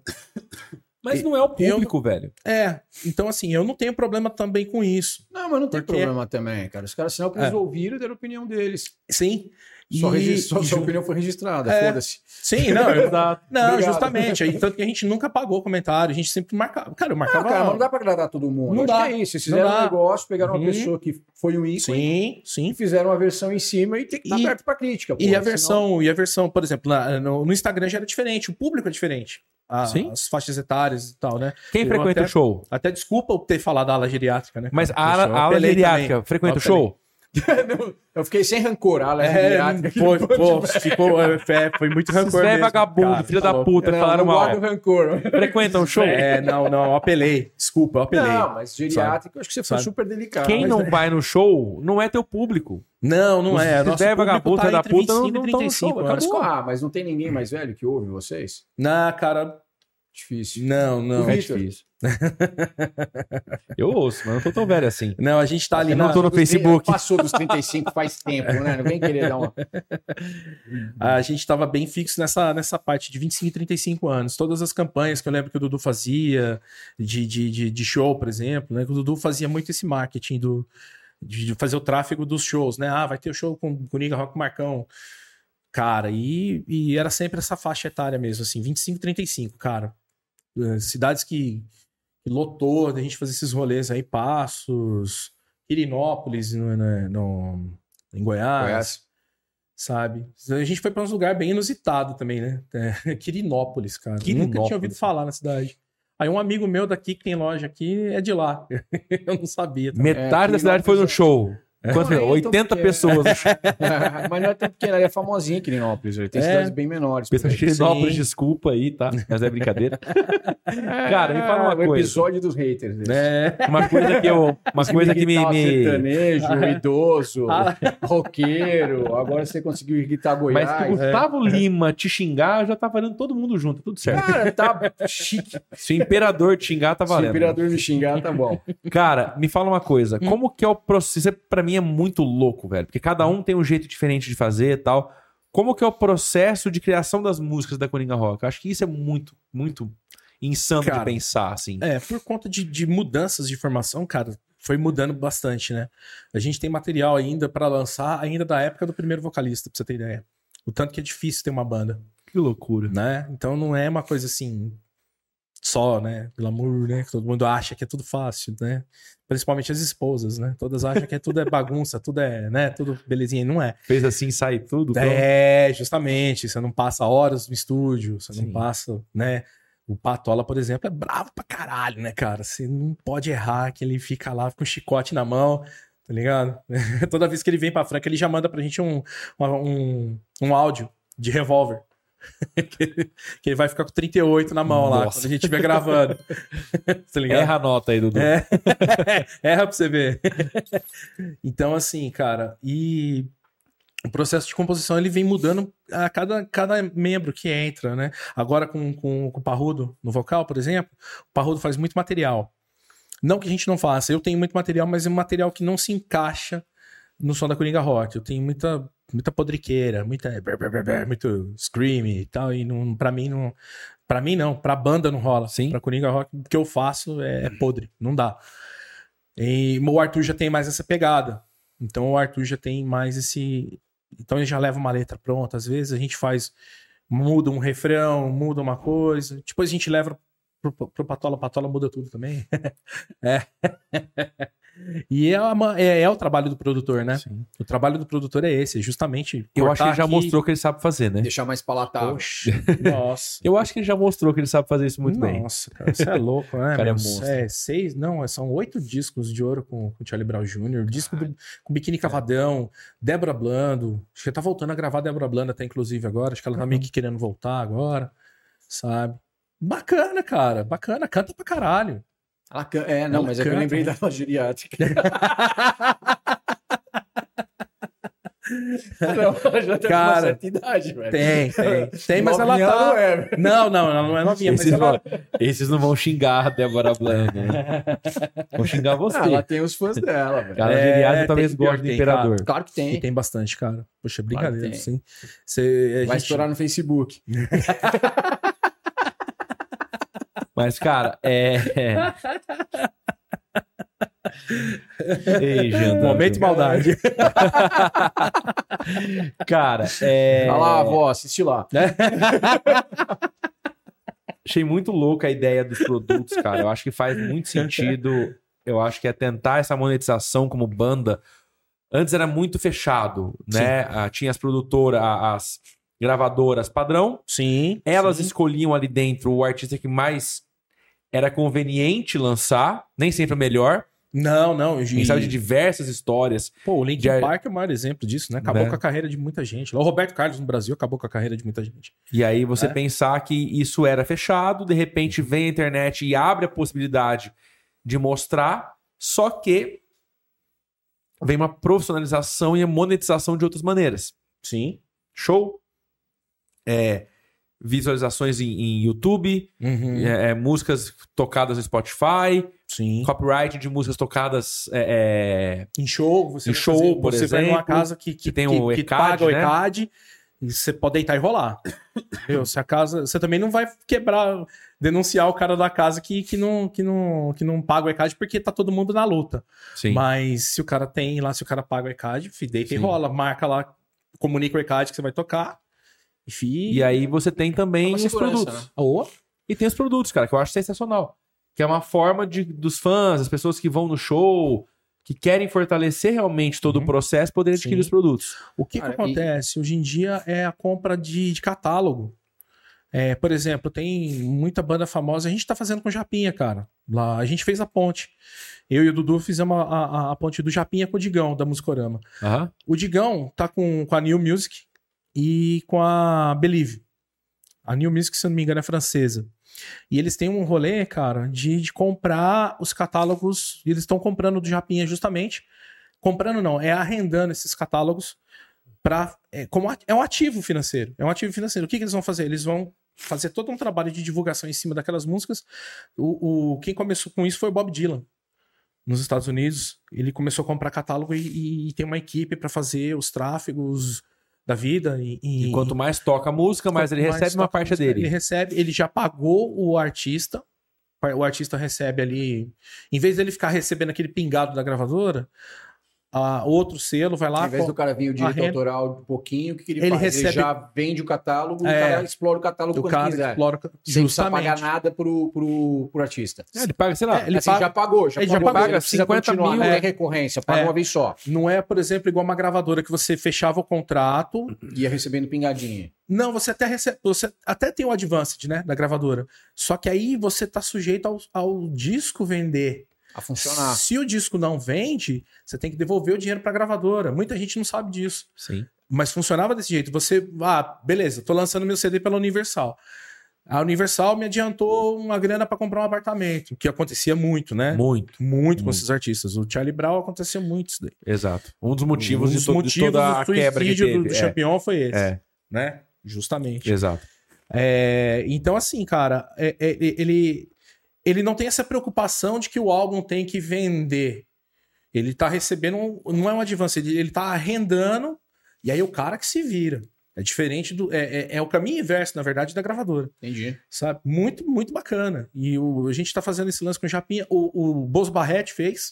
Speaker 2: Mas não é o público, velho.
Speaker 3: é. Então, assim, eu não tenho problema também com isso.
Speaker 1: Não, mas não tem
Speaker 3: Porque-
Speaker 1: problema também, cara. Os caras sinal que
Speaker 3: É.
Speaker 1: eles ouviram e deram a opinião deles.
Speaker 3: Sim.
Speaker 1: Só,
Speaker 3: E-
Speaker 1: regis- só
Speaker 3: e
Speaker 1: sua
Speaker 3: ju-
Speaker 1: opinião foi registrada,
Speaker 3: É.
Speaker 1: foda-se.
Speaker 3: Sim, não, eu-
Speaker 2: Exato.
Speaker 3: não
Speaker 1: Obrigado.
Speaker 3: justamente. Aí, tanto que a gente nunca pagou comentário, a gente sempre marcava. Cara, eu
Speaker 1: Ah,
Speaker 3: marcava.
Speaker 1: cara, mas não dá pra agradar todo mundo.
Speaker 3: Tá Não
Speaker 1: Acho
Speaker 3: dá.
Speaker 1: que é isso. Eles
Speaker 3: Não
Speaker 1: fizeram um
Speaker 3: dá.
Speaker 1: negócio, pegaram
Speaker 3: Uhum.
Speaker 1: uma pessoa que foi um ícone
Speaker 3: sim, sim.
Speaker 1: e fizeram uma versão em cima e tem que estar
Speaker 3: E-
Speaker 1: aberto pra crítica.
Speaker 3: E
Speaker 1: porra,
Speaker 3: a versão, e a versão, por exemplo, na- no, no Instagram já era diferente, o público é diferente. A-
Speaker 2: Sim.
Speaker 3: As faixas etárias e tal, né?
Speaker 2: Quem
Speaker 3: Eu
Speaker 2: frequenta
Speaker 3: até-
Speaker 2: o show?
Speaker 3: Até desculpa eu ter falado da ala geriátrica, né?
Speaker 2: Mas a
Speaker 3: Poxa,
Speaker 2: ala,
Speaker 3: eu
Speaker 2: a ala
Speaker 3: apelei
Speaker 2: geriátrica
Speaker 3: também.
Speaker 2: frequenta o
Speaker 3: Eu apelei.
Speaker 2: show?
Speaker 1: Senão... Eu fiquei sem rancor, ah, a
Speaker 3: É, foi, pô, ficou, é, é, foi muito
Speaker 2: Esses
Speaker 3: rancor
Speaker 2: velho
Speaker 3: mesmo,
Speaker 2: vagabundo,
Speaker 3: cara,
Speaker 2: filho
Speaker 3: tá
Speaker 2: da
Speaker 3: louco.
Speaker 2: puta, que falaram mal.
Speaker 1: guardo rancor.
Speaker 2: Frequentam o show?
Speaker 3: É, não, não, eu apelei. Desculpa, eu apelei.
Speaker 1: Não,
Speaker 3: Não,
Speaker 1: mas geriátrico, acho que você foi
Speaker 3: Sabe?
Speaker 1: super delicado.
Speaker 2: Quem
Speaker 1: Mas- é
Speaker 2: não vai no show não é teu público.
Speaker 3: não,
Speaker 2: Os
Speaker 3: é. Nosso
Speaker 2: velho
Speaker 3: público
Speaker 2: vagabundo, filho da
Speaker 3: entre
Speaker 2: puta, não-
Speaker 3: 25
Speaker 2: não
Speaker 3: e
Speaker 2: tão no show,
Speaker 3: 35 anos.
Speaker 1: Mas, ah, mas não tem ninguém mais velho que ouve vocês?
Speaker 3: Não, cara,
Speaker 1: Difícil.
Speaker 3: não,
Speaker 1: O
Speaker 3: não. é
Speaker 1: Vitor.
Speaker 2: difícil. Eu ouço, mas eu não tô tão velho assim.
Speaker 3: Não, a gente tá ali
Speaker 2: Eu não
Speaker 3: na-
Speaker 2: tô no Facebook.
Speaker 1: Passou dos 35 faz tempo, né? Não vem querer dar uma.
Speaker 3: A gente estava bem fixo nessa, nessa parte de 25 e 35 anos. Todas as campanhas que eu lembro que o Dudu fazia, de, de, de, de show, por exemplo, né? Que o Dudu fazia muito esse marketing do, de, de fazer o tráfego dos shows, né? Ah, vai ter o show com Coringa Rock Marcão. Cara, e, e era sempre essa faixa etária mesmo, assim, 25 e 35, cara. Eh, Cidades que que lotou, a gente fazia esses rolês aí, Passos, Quirinópolis, no, no- no- em Goiás
Speaker 1: Conhece?
Speaker 3: sabe? A gente foi pra uns lugar bem inusitado também, né? É, Quirinópolis, cara. Nunca
Speaker 2: Quirinópolis.
Speaker 3: tinha ouvido falar na cidade. Aí um amigo meu daqui que tem loja aqui é de lá. Eu não sabia. também.
Speaker 1: É,
Speaker 2: Metade da cidade foi no
Speaker 1: Quirinópolis é-
Speaker 2: show. Quanto-
Speaker 1: Não, é, então
Speaker 2: 80
Speaker 1: porque-
Speaker 2: pessoas. no show.
Speaker 1: Mas não é tão pequena, ela é famosinha Quirinópolis. ele Tem
Speaker 3: É.
Speaker 1: cidades bem menores.
Speaker 2: Pessoal,
Speaker 1: por aí.
Speaker 2: Quirinópolis,
Speaker 3: Sim.
Speaker 2: desculpa aí, tá? Mas é brincadeira. Cara, me fala uma
Speaker 1: Ah, O
Speaker 2: coisa.
Speaker 1: episódio dos haters. desse.
Speaker 3: É.
Speaker 2: Uma coisa que eu. Uma coisa que me.
Speaker 1: Irritar
Speaker 2: me...
Speaker 1: Sertanejo, idoso,
Speaker 3: Ah.
Speaker 1: roqueiro. Agora você conseguiu irritar Goiás. é.
Speaker 2: Mas se o Gustavo Lima te xingar, já tá valendo todo mundo junto, tudo certo.
Speaker 1: Cara, tá chique.
Speaker 2: Se o imperador te xingar, tá
Speaker 1: Se o
Speaker 2: valendo.
Speaker 1: imperador me xingar, tá bom.
Speaker 2: Cara, me fala uma coisa.
Speaker 3: Hum.
Speaker 2: Como que é o processo? Isso é- pra mim é muito louco, velho. Porque cada um tem um jeito diferente de fazer e tal. Como que é o processo de criação das músicas da Coringa Rock? Eu acho que isso é muito, muito insano de
Speaker 3: Cara,
Speaker 2: pensar, assim.
Speaker 3: É, por conta de, de mudanças de formação, cara, foi mudando bastante, né? A gente tem material ainda pra lançar, ainda da época do primeiro vocalista, pra você ter ideia. O tanto que é difícil ter uma banda,
Speaker 2: Que loucura.
Speaker 3: né? Então não é uma coisa assim só, né? Glamour, né? Que todo mundo acha que é tudo fácil, né? Principalmente as esposas, né? Todas acham que é tudo é bagunça, tudo é, né? Tudo belezinha, e não é.
Speaker 2: Fez assim, sai tudo. pronto.
Speaker 3: É, justamente. Você não passa horas no estúdio, você
Speaker 2: Sim.
Speaker 3: não passa, né? O Patola, por exemplo, é bravo pra caralho, né, cara? Você não pode errar, que ele fica lá com o chicote na mão, tá ligado? Toda vez que ele vem pra Franca, ele já manda pra gente um, uma- um, um áudio de revólver. que ele- que ele vai ficar com 38 na mão lá,
Speaker 2: Nossa.
Speaker 3: quando a gente estiver gravando. tá ligado?
Speaker 2: Erra a nota aí, Dudu.
Speaker 3: É, erra pra você ver. então, assim, cara, e o processo de composição ele vem mudando a cada, cada membro que entra, né? Agora com, com, com o Parrudo no vocal, por exemplo, o Parrudo faz muito material. Não que a gente não faça, eu tenho muito material, mas é um material que não se encaixa no som da Coringa Rock. Eu tenho muita, muita podriqueira, muita, muito scream e tal, e não, pra mim não, Pra mim, não. Pra banda não rola.
Speaker 2: Sim.
Speaker 3: Pra Coringa Rock, o que eu faço é, é podre. Não dá. E o Arthur já tem mais essa pegada. Então o Arthur já tem mais esse. Então ele já leva uma letra pronta. Às vezes a gente faz. Muda um refrão, muda uma coisa. Depois a gente leva pro, pro Patola. Patola muda tudo também. é. E é, uma- é- é o trabalho do produtor, né?
Speaker 2: Sim.
Speaker 3: O trabalho do produtor é esse, justamente.
Speaker 2: Eu acho
Speaker 3: cortar
Speaker 2: que ele já
Speaker 3: aqui-
Speaker 2: mostrou que ele sabe fazer, né?
Speaker 1: Deixar mais palatável.
Speaker 3: Poxa, nossa.
Speaker 2: Eu acho que ele já mostrou que ele sabe fazer isso muito
Speaker 3: Nossa,
Speaker 2: bem.
Speaker 3: cara, você é louco, né?
Speaker 2: Cara, é
Speaker 3: meu?
Speaker 2: monstro.
Speaker 3: É, seis, não, são oito discos de ouro com, com o Charlie Brown Jr., disco do, com Biquíni Cavadão, Débora Blando. Acho que tá voltando a gravar Débora Blando até, inclusive, agora. Acho que ela tá meio que querendo voltar agora, sabe? Bacana, cara, bacana, canta pra caralho.
Speaker 1: Ela can- É, não,
Speaker 3: Ela
Speaker 1: mas é que eu
Speaker 3: canta,
Speaker 1: lembrei da loja geriátrica. Ela já tem uma
Speaker 3: Cara,
Speaker 1: certa idade,
Speaker 2: É,
Speaker 1: velho.
Speaker 3: Tem, tem. Tem, mas ela
Speaker 1: Novinha ela não
Speaker 3: tá.
Speaker 1: é, velho.
Speaker 3: Não, não, ela não é novinha, mas
Speaker 2: Esses,
Speaker 3: ela
Speaker 2: vão, esses não vão xingar a Débora Blanc, né? Vão xingar você.
Speaker 1: Ah, ela tem os fãs dela, velho.
Speaker 2: Cara
Speaker 3: É,
Speaker 2: geriátrica
Speaker 3: tem
Speaker 2: talvez
Speaker 3: pior
Speaker 2: goste do
Speaker 3: que tem,
Speaker 2: imperador.
Speaker 1: Claro que
Speaker 3: E
Speaker 1: tem.
Speaker 3: tem bastante, cara. Poxa,
Speaker 1: Claro
Speaker 3: brincadeira,
Speaker 1: que
Speaker 3: sim. Cê, a
Speaker 1: Vai
Speaker 3: gente-
Speaker 1: estourar no Facebook.
Speaker 2: Mas, cara, é. Ei, Jandão.
Speaker 3: Momento maldade.
Speaker 2: Cara, é.
Speaker 1: Olha lá, avó, assiste lá.
Speaker 2: Achei muito louca a ideia dos produtos, cara. Eu acho que faz muito sentido. Eu acho que é tentar essa monetização como banda. Antes era muito fechado, né? Ah, tinha as produtoras, a- as gravadoras padrão.
Speaker 3: Sim.
Speaker 2: Elas
Speaker 3: sim.
Speaker 2: escolhiam ali dentro o artista que mais era conveniente lançar, nem sempre o melhor.
Speaker 3: Não, não.
Speaker 2: A
Speaker 3: E...
Speaker 2: gente sabe de diversas histórias.
Speaker 3: Pô, o Linkin
Speaker 2: de-
Speaker 3: Park é o maior exemplo disso, né? Acabou
Speaker 2: Né?
Speaker 3: com a carreira de muita gente. O Roberto Carlos no Brasil acabou com a carreira de muita gente.
Speaker 2: E aí você
Speaker 3: É.
Speaker 2: pensar que isso era fechado, de repente vem a internet e abre a possibilidade de mostrar, só que vem uma profissionalização e a monetização de outras maneiras.
Speaker 3: Sim.
Speaker 2: Show? É, visualizações em, em YouTube,
Speaker 3: Uhum.
Speaker 2: é, é, músicas tocadas no Spotify,
Speaker 3: Sim.
Speaker 2: copyright de músicas tocadas é, é,
Speaker 3: Em show, você
Speaker 2: Em
Speaker 3: vai
Speaker 2: show, por
Speaker 3: você vai numa
Speaker 2: exemplo,
Speaker 3: casa que, que,
Speaker 2: que tem
Speaker 3: que-
Speaker 2: o
Speaker 3: que
Speaker 2: ECAD,
Speaker 3: paga o
Speaker 2: né?
Speaker 3: ECAD e você pode deitar e rolar. Entendeu? Se a casa, você também não vai quebrar, denunciar o cara da casa que, que, não, que, não, que não paga o ECAD porque tá todo mundo na luta.
Speaker 2: sim.
Speaker 3: Mas se o cara tem lá, se o cara paga o ECAD, fi, deita e
Speaker 2: Sim.
Speaker 3: rola, marca lá, comunica o ECAD que você vai tocar. E fi-
Speaker 2: E aí você tem também
Speaker 1: Uma
Speaker 2: os
Speaker 1: segurança,
Speaker 2: produtos.
Speaker 1: né?
Speaker 3: Ô,
Speaker 2: E tem os produtos, cara, que eu acho sensacional. Que é uma forma de, dos fãs, as pessoas que vão no show, que querem fortalecer realmente todo
Speaker 3: Uhum.
Speaker 2: o processo, poderem
Speaker 3: Sim.
Speaker 2: adquirir os produtos.
Speaker 3: O que, que
Speaker 1: Cara, e-
Speaker 3: acontece? Hoje em dia é a compra de, de catálogo. É, por exemplo, tem muita banda famosa. A gente tá fazendo com o Japinha, cara. Lá, a gente fez a ponte. Eu e o Dudu fizemos a, a- a ponte do Japinha com o Digão, da Musicorama.
Speaker 2: Aham.
Speaker 3: O Digão tá com, com a New Music e com a Believe. A New Music, se eu não me engano, é francesa. E eles têm um rolê, cara, de, de comprar os catálogos. E eles estão comprando do Japinha justamente. Comprando não, é arrendando esses catálogos para é, como a- é um ativo financeiro. É um ativo financeiro. O que, que eles vão fazer? Eles vão fazer todo um trabalho de divulgação em cima daquelas músicas. O, o- quem começou com isso foi o Bob Dylan. Nos Estados Unidos, ele começou a comprar catálogo e, e- e tem uma equipe para fazer os tráfegos da vida e,
Speaker 2: E
Speaker 3: e-
Speaker 2: quanto mais toca a música, mais ele
Speaker 3: quanto
Speaker 2: recebe uma
Speaker 3: toca
Speaker 2: parte
Speaker 3: música, Ele
Speaker 2: dele.
Speaker 3: recebe, ele já pagou o artista. O artista recebe ali. Em vez dele ficar recebendo aquele pingado da gravadora, a outro selo vai lá.
Speaker 1: Ao invés
Speaker 3: co-
Speaker 1: do cara vir o direito
Speaker 3: Arrenda.
Speaker 1: autoral um pouquinho, o que, que ele,
Speaker 3: Ele
Speaker 1: faz? Ele
Speaker 3: recebe-
Speaker 1: já vende o catálogo e o
Speaker 3: É.
Speaker 1: cara explora o catálogo
Speaker 3: o
Speaker 1: quando
Speaker 3: cara
Speaker 1: quiser.
Speaker 3: explora o ca-
Speaker 1: Sem precisar
Speaker 3: justamente.
Speaker 1: pagar nada pro, pro, pro artista.
Speaker 2: É, ele paga, sei lá.
Speaker 3: É, ele
Speaker 1: Assim,
Speaker 3: paga-
Speaker 1: já pagou, já
Speaker 3: ele já
Speaker 1: pagou.
Speaker 3: paga
Speaker 1: ele precisa
Speaker 2: 50
Speaker 1: continuar,
Speaker 2: mil,
Speaker 1: não
Speaker 3: é.
Speaker 1: tem recorrência, paga
Speaker 3: É.
Speaker 1: uma vez só.
Speaker 3: Não é, por exemplo, igual uma gravadora que você fechava o contrato.
Speaker 1: Ia recebendo pingadinha.
Speaker 3: Não, você até recebe, você até tem o advanced, né, da gravadora. Só que aí você tá sujeito ao, ao disco vender.
Speaker 1: A funcionar.
Speaker 3: Se o disco não vende, você tem que devolver o dinheiro pra gravadora. Muita gente não sabe disso.
Speaker 2: Sim.
Speaker 3: Mas funcionava desse jeito. Você, ah, beleza, tô lançando meu CD pela Universal. A Universal me adiantou uma grana pra comprar um apartamento, que acontecia muito, né? Muito,
Speaker 2: Muito.
Speaker 3: com
Speaker 2: Muito.
Speaker 3: esses artistas. O Charlie Brown aconteceu muito isso daí.
Speaker 2: Exato. Um dos
Speaker 3: Um
Speaker 2: motivos,
Speaker 3: dos
Speaker 2: de, to- de
Speaker 3: motivos
Speaker 2: toda
Speaker 3: do
Speaker 2: a quebra que
Speaker 3: suicídio do,
Speaker 2: teve.
Speaker 3: do
Speaker 2: é,
Speaker 3: Champion foi esse,
Speaker 2: é,
Speaker 3: né? Justamente.
Speaker 2: exato.
Speaker 3: É, então, assim, cara, é- é- é- ele, ele não tem essa preocupação de que o álbum tem que vender. Ele tá recebendo, um- não é um advance, ele, ele tá arrendando, e aí o cara que se vira. É diferente do. É, é- é o caminho inverso, na verdade, da gravadora.
Speaker 1: Entendi.
Speaker 3: Sabe? Muito, muito bacana. E o- a gente tá fazendo esse lance com o Japinha. O, o Bos Barrete fez.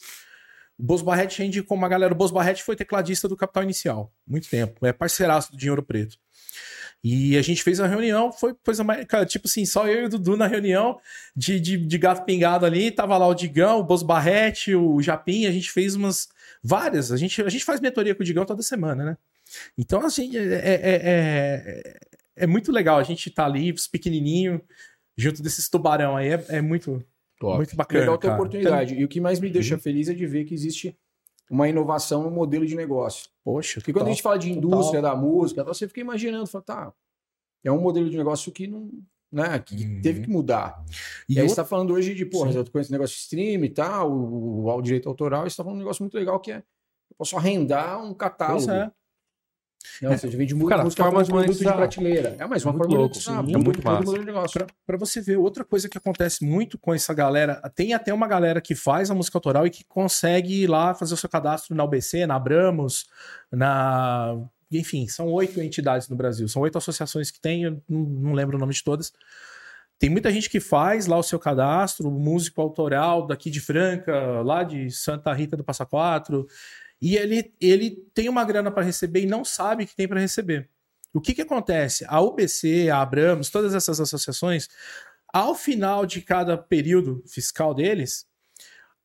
Speaker 3: O Bos Barrete rende com uma galera. O Bos Barrete foi tecladista do Capital Inicial. Muito tempo. É parceiraço do Dinheiro Preto. E a gente fez a reunião, foi coisa mais. Cara, tipo assim, só eu e o Dudu na reunião de, de, de gato pingado ali. Tava lá o Digão, o Bos Barrete, o Japinha. A gente fez umas. Várias. A gente, a gente faz mentoria com o Digão toda semana, né? Então, assim, é, é, é, é muito legal a gente tá ali, os pequenininho, junto desses tubarão aí. É, é muito,
Speaker 1: Top.
Speaker 3: muito bacana.
Speaker 1: Legal ter
Speaker 3: cara. Uhum.
Speaker 1: oportunidade. E o que mais me deixa feliz é de ver que existe uma inovação no modelo de negócio.
Speaker 3: Então, poxa,
Speaker 1: Porque quando a
Speaker 3: top.
Speaker 1: gente fala de indústria da música, tal, você fica imaginando, fala, tá, é um modelo de negócio que não. Né, que
Speaker 3: Uhum.
Speaker 1: teve que mudar. E,
Speaker 3: E
Speaker 1: aí
Speaker 3: outra-
Speaker 1: você está falando hoje de, porra,
Speaker 3: Sim.
Speaker 1: eu conheço negócio de stream e tal, tá o, o, o direito autoral, e você está falando um negócio muito legal que é eu posso arrendar um
Speaker 3: Pois
Speaker 1: catálogo.
Speaker 3: é.
Speaker 1: Não, você divide muito
Speaker 2: Cara,
Speaker 1: música
Speaker 2: forma
Speaker 1: como
Speaker 2: de
Speaker 1: produto de
Speaker 2: monetizar.
Speaker 1: prateleira. É mais uma
Speaker 2: Muito
Speaker 1: forma
Speaker 2: louco,
Speaker 1: de
Speaker 2: sim.
Speaker 1: monetizar, porque
Speaker 2: É muito
Speaker 1: todo
Speaker 2: massa.
Speaker 1: mundo é um negócio.
Speaker 3: Pra você ver, outra coisa que acontece muito com essa galera, tem até uma galera que faz a música autoral e que consegue ir lá fazer o seu cadastro na UBC, na Abramos, na. Enfim, são oito entidades no Brasil, são oito associações que tem, eu não- não lembro o nome de todas. Tem muita gente que faz lá o seu cadastro, músico autoral daqui de Franca, lá de Santa Rita do Passa Quatro, e ele, ele tem uma grana para receber e não sabe que tem para receber. O que, que acontece? A UBC, a Abramos, todas essas associações, ao final de cada período fiscal deles,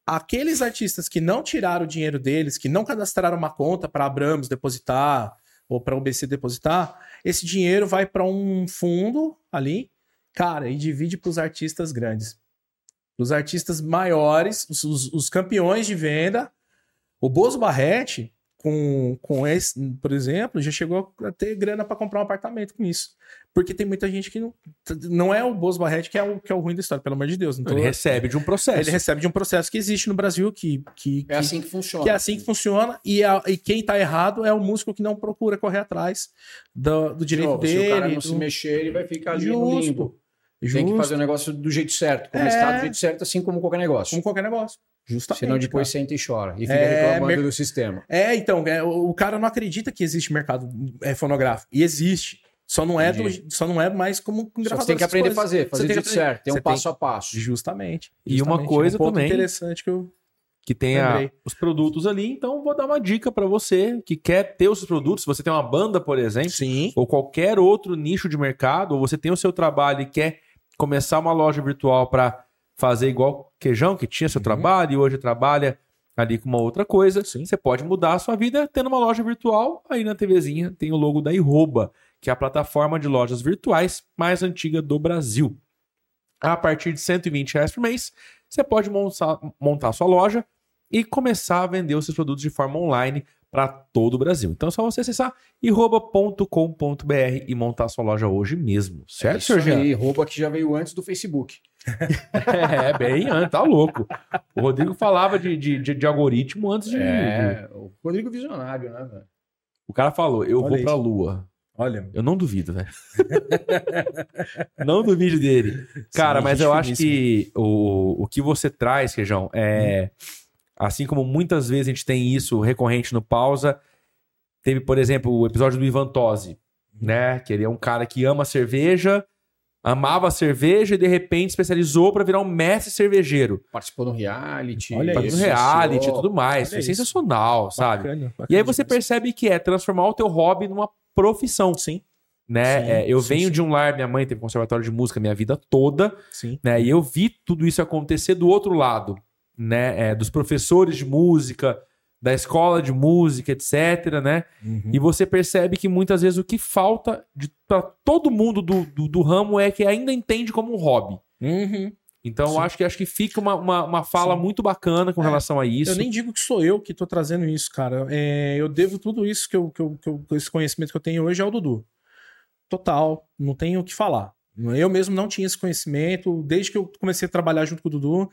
Speaker 3: aqueles artistas que não tiraram o dinheiro deles, que não cadastraram uma conta para Abramos depositar ou para UBC depositar, esse dinheiro vai para um fundo ali, cara, e divide para os artistas grandes. Os artistas maiores, os, os- os campeões de venda. O Bozo Barrete, com, com esse, por exemplo, já chegou a ter grana para comprar um apartamento com isso. Porque tem muita gente que não. Não é o Bozo Barrete que é o, que é o ruim da história, pelo amor de Deus. Não tô-
Speaker 2: Ele recebe de um processo.
Speaker 3: ele recebe de um processo que existe no Brasil, que, que,
Speaker 1: É
Speaker 3: que-
Speaker 1: assim que funciona.
Speaker 3: que é assim que funciona, e, a- e quem tá errado é o músico que não procura correr atrás do, do direito
Speaker 1: Novo,
Speaker 3: dele.
Speaker 1: Se o cara não se
Speaker 3: do-
Speaker 1: mexer, ele vai ficar ali no
Speaker 3: Justo.
Speaker 1: limbo.
Speaker 3: justo,
Speaker 1: Tem que fazer o negócio do jeito certo.
Speaker 3: É.
Speaker 1: Começar do jeito certo, assim como qualquer negócio.
Speaker 3: como qualquer negócio. Justamente.
Speaker 1: Senão depois senta e chora. E fica
Speaker 3: Tá, É,
Speaker 1: reclamando
Speaker 3: mer-
Speaker 1: do sistema.
Speaker 3: É, então, é, o o cara não acredita que existe mercado é, fonográfico. E existe. Só não é, do-
Speaker 1: Entendi.
Speaker 3: só não é mais como
Speaker 1: Só que
Speaker 3: com
Speaker 1: você
Speaker 3: gravador,
Speaker 1: tem que
Speaker 3: essas
Speaker 1: aprender a
Speaker 3: coisas.
Speaker 1: fazer,
Speaker 3: Você
Speaker 1: fazer do
Speaker 3: tem que
Speaker 1: jeito certo. Tem
Speaker 3: Você
Speaker 1: um passo a passo.
Speaker 3: Justamente.
Speaker 2: E uma
Speaker 3: justamente.
Speaker 2: coisa
Speaker 3: um ponto
Speaker 2: também-
Speaker 3: interessante que eu
Speaker 2: que tem a-
Speaker 3: Lembrei.
Speaker 2: os produtos ali. Então, vou dar uma dica pra você que quer ter os seus produtos. Se você tem uma banda, por exemplo,
Speaker 3: Sim.
Speaker 2: ou qualquer outro nicho de mercado, ou você tem o seu trabalho e quer começar uma loja virtual pra fazer igual Queijão, que tinha seu
Speaker 1: Uhum.
Speaker 2: trabalho e hoje trabalha ali com uma outra coisa,
Speaker 3: Sim.
Speaker 2: você pode mudar a sua vida tendo uma loja virtual. Aí na TVzinha tem o logo da Iroba, que é a plataforma de lojas virtuais mais antiga do Brasil. A partir de R$ 120 reais por mês, você pode montar, montar a sua loja e começar a vender os seus produtos de forma online para todo o Brasil. Então é só você acessar iroba.com.br e montar a sua loja hoje mesmo. Certo,
Speaker 1: É Isso
Speaker 2: senhor Jean?
Speaker 1: aí, rouba que já veio antes do Facebook.
Speaker 2: É, bem antes, tá louco. O Rodrigo falava de, de, de- de algoritmo antes de, de-
Speaker 1: É, o Rodrigo Visionário, né, velho?
Speaker 2: O cara falou, eu
Speaker 3: Olha
Speaker 2: vou pra
Speaker 3: isso.
Speaker 2: lua.
Speaker 3: Olha.
Speaker 2: Eu não duvido, velho. não duvido dele. Cara,
Speaker 3: Sim,
Speaker 2: mas
Speaker 3: gente
Speaker 2: eu acho
Speaker 3: finíssima.
Speaker 2: que o, o que você traz, Queijão, é. Assim como muitas vezes a gente tem isso recorrente no pausa, teve, por exemplo, o episódio do Ivan Tosi, né? Que ele é um cara que ama cerveja, amava cerveja e de repente especializou pra virar um mestre cervejeiro.
Speaker 1: Participou do reality.
Speaker 3: Olha Um
Speaker 2: Fazendo
Speaker 3: É isso,
Speaker 2: reality e tudo mais.
Speaker 3: Olha
Speaker 2: Foi
Speaker 3: isso.
Speaker 2: sensacional, sabe?
Speaker 3: Bacana, bacana
Speaker 2: E aí você
Speaker 3: demais.
Speaker 2: percebe que é transformar o teu hobby numa profissão
Speaker 3: Sim,
Speaker 2: né?
Speaker 3: Sim,
Speaker 2: É, eu
Speaker 3: sim,
Speaker 2: venho
Speaker 3: sim.
Speaker 2: de um lar, minha mãe teve conservatório de música minha vida toda,
Speaker 3: sim.
Speaker 2: né? E eu vi tudo isso acontecer do outro lado, né? É, dos professores de música, da escola de música, etc, né?
Speaker 3: Uhum.
Speaker 2: E você percebe que muitas vezes o que falta para todo mundo do, do, do ramo é que ainda entende como um hobby.
Speaker 3: Uhum.
Speaker 2: Então eu
Speaker 3: Sim.
Speaker 2: acho que acho que fica uma, uma, uma fala
Speaker 3: Sim.
Speaker 2: muito bacana com
Speaker 3: É,
Speaker 2: relação a isso.
Speaker 3: Eu nem digo que sou eu que tô trazendo isso, cara. É, eu devo tudo isso que eu, que, eu, que eu- esse conhecimento que eu tenho hoje ao Dudu. Total, não tenho o que falar. Eu mesmo não tinha esse conhecimento desde que eu comecei a trabalhar junto com o Dudu.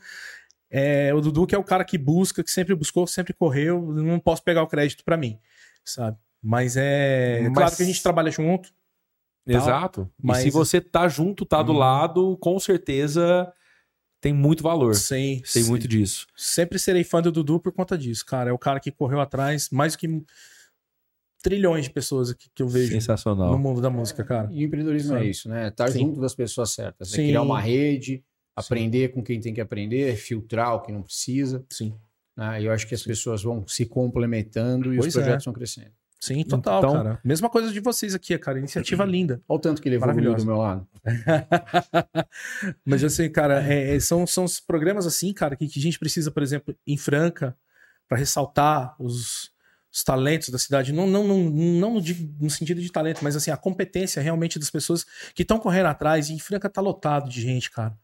Speaker 3: É, o Dudu que é o cara que busca, que sempre buscou, sempre correu. Não posso pegar o crédito pra mim, sabe? Mas é
Speaker 2: Mas-
Speaker 3: claro que a gente trabalha junto.
Speaker 2: Exato. E
Speaker 3: mas-
Speaker 2: se você tá junto, tá do
Speaker 3: Uhum.
Speaker 2: lado, com certeza tem muito valor.
Speaker 3: Sim,
Speaker 2: Tem
Speaker 3: sim.
Speaker 2: muito disso.
Speaker 3: Sempre serei fã do Dudu por conta disso, cara. É o cara que correu atrás mais do que trilhões de pessoas que, que eu vejo
Speaker 2: Sensacional.
Speaker 3: no mundo da música, cara.
Speaker 1: E o empreendedorismo é isso, né? Estar
Speaker 3: Sim.
Speaker 1: junto das pessoas certas. né?
Speaker 3: Sim.
Speaker 1: Criar uma rede,
Speaker 3: Sim.
Speaker 1: aprender com quem tem que aprender, filtrar o que não precisa.
Speaker 3: Sim.
Speaker 1: Né? E eu acho que as pessoas vão se complementando e os
Speaker 3: Pois é.
Speaker 1: projetos vão crescendo.
Speaker 3: Sim, total,
Speaker 2: Então-
Speaker 3: cara. Mesma coisa de vocês aqui, cara. Iniciativa linda.
Speaker 1: Olha o tanto que ele evoluiu
Speaker 3: Maravilhoso.
Speaker 1: do meu lado.
Speaker 3: Mas assim, cara, é, é, são, são os programas assim, cara, que, que a gente precisa, por exemplo, em Franca, para ressaltar os, os talentos da cidade. Não, não, não, não no, di- no sentido de talento, mas assim, a competência realmente das pessoas que estão correndo atrás. E em Franca tá lotado de gente, cara.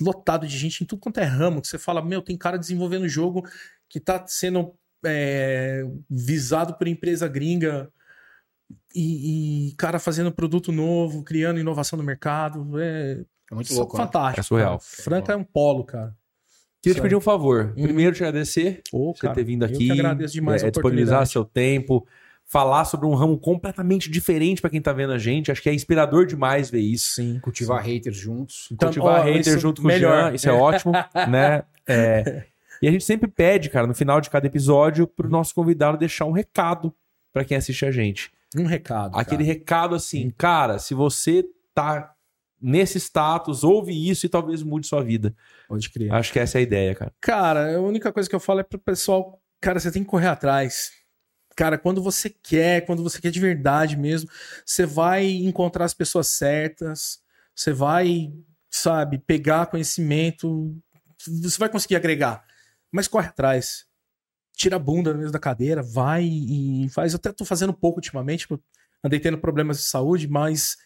Speaker 3: Lotado de gente em tudo quanto é ramo. Que você fala, meu, tem cara desenvolvendo jogo que tá sendo é, visado por empresa gringa. E, e, cara fazendo produto novo, criando inovação no mercado. É,
Speaker 1: É muito
Speaker 3: Isso
Speaker 1: louco,
Speaker 3: é
Speaker 1: né?
Speaker 3: fantástico.
Speaker 2: É surreal.
Speaker 3: cara. Franca é um polo, cara.
Speaker 2: Queria te pedir um favor.
Speaker 3: Hum.
Speaker 2: Primeiro, te agradecer
Speaker 3: Ô,
Speaker 2: por você
Speaker 3: cara,
Speaker 2: ter vindo
Speaker 3: eu
Speaker 2: aqui.
Speaker 3: que agradeço demais
Speaker 2: é,
Speaker 3: a
Speaker 2: disponibilizar
Speaker 3: oportunidade.
Speaker 2: seu tempo, falar sobre um ramo completamente diferente pra quem tá vendo a gente. Acho que é inspirador demais ver isso.
Speaker 3: Sim.
Speaker 1: Cultivar haters juntos.
Speaker 3: Então,
Speaker 2: cultivar
Speaker 3: ó,
Speaker 2: hater
Speaker 3: isso
Speaker 2: junto com o
Speaker 3: melhor.
Speaker 2: Jean, isso é, ótimo, né? É. E a gente sempre pede, cara, no final de cada episódio, pro nosso convidado deixar um recado pra quem assiste a gente.
Speaker 3: Um recado.
Speaker 2: Aquele recado assim, cara, se você tá nesse status, ouve isso e talvez mude sua vida.
Speaker 3: cara. Pode crer.
Speaker 2: Acho que essa é a ideia, cara.
Speaker 3: Cara, a única coisa que eu falo é pro pessoal, cara, você tem que correr atrás. Cara, quando você quer, quando você quer de verdade mesmo, você vai encontrar as pessoas certas, você vai, sabe, pegar conhecimento, você vai conseguir agregar. Mas corre atrás. Tira a bunda mesmo da cadeira, vai e faz. Eu até tô fazendo pouco ultimamente, porque eu andei tendo problemas de saúde, mas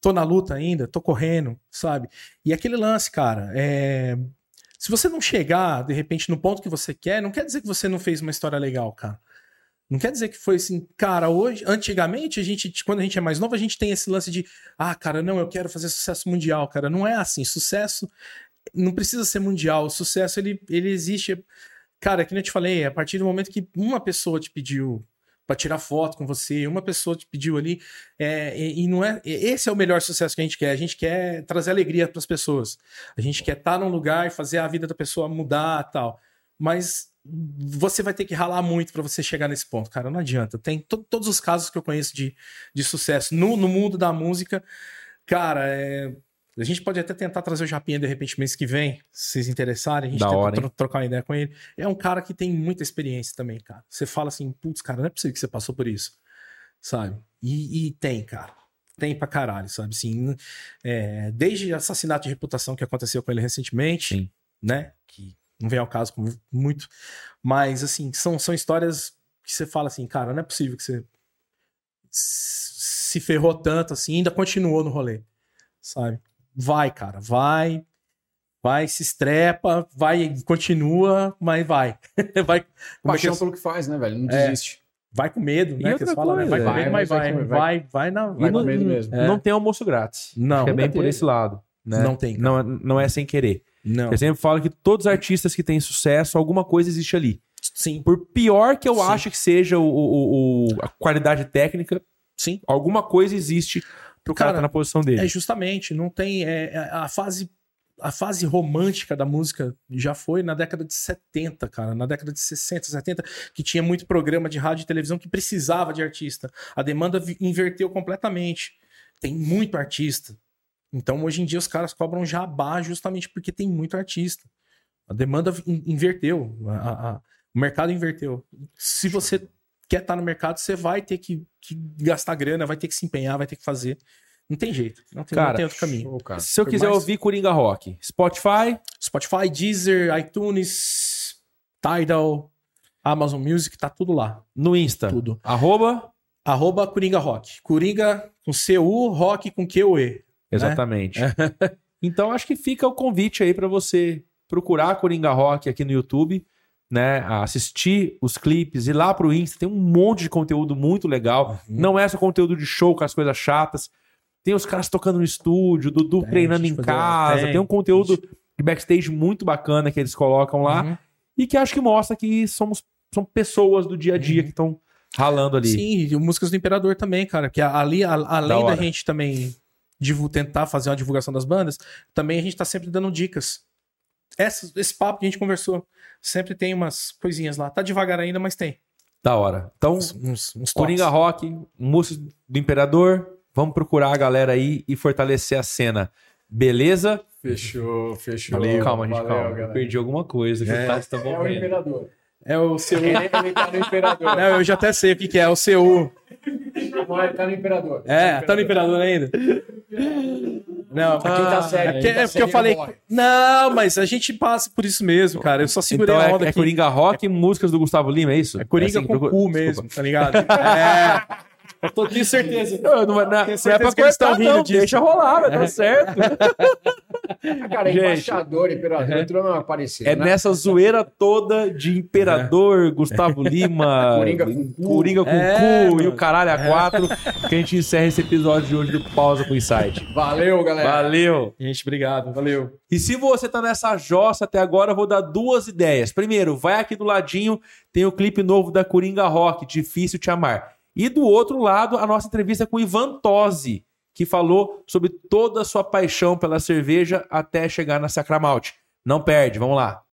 Speaker 3: tô na luta ainda, tô correndo, sabe? E é aquele lance, cara, é, se você não chegar, de repente, no ponto que você quer, não quer dizer que você não fez uma história legal, cara. Não quer dizer que foi assim, cara, hoje, antigamente, a gente, quando a gente é mais novo, a gente tem esse lance de, ah, cara, não, eu quero fazer sucesso mundial, cara. Não é assim, sucesso não precisa ser mundial, o sucesso ele, ele existe. Cara, que nem eu te falei, a partir do momento que uma pessoa te pediu pra tirar foto com você, uma pessoa te pediu ali, é, e, e não é, e- esse é o melhor sucesso que a gente quer. A gente quer trazer alegria pras pessoas. A gente quer estar num lugar e fazer a vida da pessoa mudar tal. Mas você vai ter que ralar muito para você chegar nesse ponto, cara. Não adianta. Tem to- todos os casos que eu conheço de, de sucesso no, no mundo da música. Cara, é, a gente pode até tentar trazer o Japinha de repente mês que vem, se vocês interessarem. A gente
Speaker 2: Da
Speaker 3: tenta
Speaker 2: hora, hein?
Speaker 3: tro- trocar uma ideia com ele. É um cara que tem muita experiência também, cara. Você fala assim, putz, cara, não é possível que você passou por isso, sabe? E, e tem, cara. Tem pra caralho, sabe? Assim, é, desde assassinato de reputação que aconteceu com ele recentemente,
Speaker 2: Sim.
Speaker 3: né? Que não vem ao caso com muito, mas assim, são, são histórias que você fala assim, cara, não é possível que você se ferrou tanto assim, ainda continuou no rolê, sabe? Vai, cara, vai, vai, se estrepa, vai, continua, mas vai. vai, como é que
Speaker 1: Paixão
Speaker 3: é?
Speaker 1: pelo que faz, né, velho? Não
Speaker 3: É.
Speaker 1: desiste.
Speaker 3: vai com medo, né?
Speaker 2: E
Speaker 3: que
Speaker 2: outra
Speaker 3: eles falam, né? Vai
Speaker 2: coisa,
Speaker 3: com medo,
Speaker 1: vai,
Speaker 3: mas
Speaker 1: vai
Speaker 3: vai,
Speaker 1: com-
Speaker 3: vai,
Speaker 1: vai-
Speaker 3: vai, na.
Speaker 1: Vai
Speaker 2: E
Speaker 1: com
Speaker 2: não-
Speaker 1: medo mesmo.
Speaker 2: Não tem almoço grátis.
Speaker 3: Não,
Speaker 2: Acho que é bem
Speaker 1: nunca
Speaker 2: por
Speaker 1: teve.
Speaker 2: esse lado. Né?
Speaker 3: É. Não tem, cara.
Speaker 2: Não, é- não é sem querer.
Speaker 3: Não.
Speaker 2: Eu sempre falo que todos os artistas que têm sucesso, alguma coisa existe ali.
Speaker 3: Sim,
Speaker 2: Por pior que eu
Speaker 3: Sim.
Speaker 2: acho que seja o, o- o- a qualidade técnica,
Speaker 3: sim.
Speaker 2: alguma coisa existe pro cara,
Speaker 3: Cara,
Speaker 2: tá na posição dele.
Speaker 3: É justamente, não tem é, a a fase a fase romântica da música já foi na década de 70, cara, na década de 60, 70, que tinha muito programa de rádio e televisão que precisava de artista. A demanda vi- inverteu completamente. Tem muito artista. Então hoje em dia os caras cobram jabá justamente porque tem muito artista. A demanda in- inverteu, a- a- a- o mercado inverteu. Se você quer estar no mercado, você vai ter que, que gastar grana, vai ter que se empenhar, vai ter que fazer. Não tem jeito, não tem,
Speaker 2: Cara,
Speaker 3: não tem outro caminho.
Speaker 1: Show, cara.
Speaker 2: Se eu quiser
Speaker 3: mais-
Speaker 2: ouvir Coringa Rock, Spotify,
Speaker 3: Spotify, Deezer, iTunes, Tidal, Amazon Music, tá tudo lá.
Speaker 2: no Insta,
Speaker 3: Tudo.
Speaker 2: arroba,
Speaker 3: Arroba Coringa Rock. Coringa com C-U, Rock com Q-U-E.
Speaker 2: exatamente. Né? então acho que fica o convite aí pra você procurar Coringa Rock aqui no YouTube, né, assistir os clipes ir lá pro Insta, tem um monte de conteúdo muito
Speaker 3: Uhum.
Speaker 2: legal. Não é só conteúdo de show com as coisas chatas. Tem os caras tocando no estúdio, Dudu
Speaker 3: Tem,
Speaker 2: treinando
Speaker 3: gente
Speaker 2: em
Speaker 3: fazendo-
Speaker 2: casa, tem,
Speaker 3: tem,
Speaker 2: um conteúdo
Speaker 3: gente.
Speaker 2: de backstage muito bacana que eles colocam lá
Speaker 3: Uhum.
Speaker 2: e que acho que mostra que somos são pessoas do dia a dia
Speaker 3: Uhum.
Speaker 2: que estão ralando ali.
Speaker 3: Sim, e músicas do Imperador também, cara. Que a- ali, a- além da,
Speaker 2: hora.
Speaker 3: gente também divu- tentar fazer uma divulgação das bandas, também a gente tá sempre dando dicas. Essas- esse papo que a gente conversou, sempre tem umas coisinhas lá. Tá devagar ainda, mas tem.
Speaker 2: Da hora. Então,
Speaker 3: Uns, uns, uns
Speaker 2: Coringa
Speaker 3: toques.
Speaker 2: Rock, música do Imperador, vamos procurar a galera aí e fortalecer a cena. Beleza?
Speaker 1: Fechou, fechou.
Speaker 2: calma, gente,
Speaker 1: Valeu,
Speaker 2: calma. Eu
Speaker 1: galera.
Speaker 2: perdi alguma coisa que
Speaker 3: É.
Speaker 2: o Tati tá
Speaker 1: É o
Speaker 2: morrendo.
Speaker 1: imperador.
Speaker 3: É o seu.
Speaker 1: Ele tá no imperador.
Speaker 3: Não, eu já até sei o que, que é, o CU.
Speaker 1: Ele tá no imperador.
Speaker 3: É, tá no Imperador ainda? Não, pra
Speaker 2: Ah.
Speaker 3: quem tá
Speaker 1: sério,
Speaker 3: sério. É,
Speaker 1: quem tá
Speaker 3: porque
Speaker 1: sério
Speaker 3: eu falei.
Speaker 1: morre.
Speaker 3: Não, mas a gente passa por isso mesmo, cara. Eu só segurei
Speaker 2: Então
Speaker 3: a onda
Speaker 2: é, é
Speaker 3: aqui.
Speaker 2: Coringa Rock e músicas do Gustavo Lima, é isso?
Speaker 3: É Coringa
Speaker 2: assim que
Speaker 3: com
Speaker 2: procura-
Speaker 3: cu
Speaker 2: Desculpa.
Speaker 3: mesmo, tá ligado? É. Eu tô, tenho certeza.
Speaker 2: Não, não, não, não é
Speaker 3: certeza
Speaker 2: pra
Speaker 3: que eles tão
Speaker 2: cortar,
Speaker 3: rindo
Speaker 2: não.
Speaker 3: disso. É.
Speaker 2: Deixa rolar, vai dar certo.
Speaker 1: Cara, é
Speaker 2: Gente.
Speaker 1: embaixador, imperador, entrou não apareceu.
Speaker 2: É
Speaker 1: né?
Speaker 2: nessa zoeira toda de Imperador, Gustavo Lima,
Speaker 1: Coringa com cu.
Speaker 2: Coringa com
Speaker 3: É,
Speaker 2: cu e o
Speaker 3: mano.
Speaker 2: caralho a quatro, que a gente encerra esse episódio de hoje do Pausa com Insight.
Speaker 1: Valeu,
Speaker 3: É.
Speaker 1: galera.
Speaker 2: Valeu!
Speaker 3: Gente, obrigado. Valeu.
Speaker 2: E se você tá nessa jossa até agora, eu vou dar duas ideias. Primeiro, vai aqui do ladinho, tem o clipe novo da Coringa Rock, Difícil Te Amar. E do outro lado, a nossa entrevista com o Ivan Tosi, que falou sobre toda a sua paixão pela cerveja até chegar na Sacramalte. Não perde, vamos lá.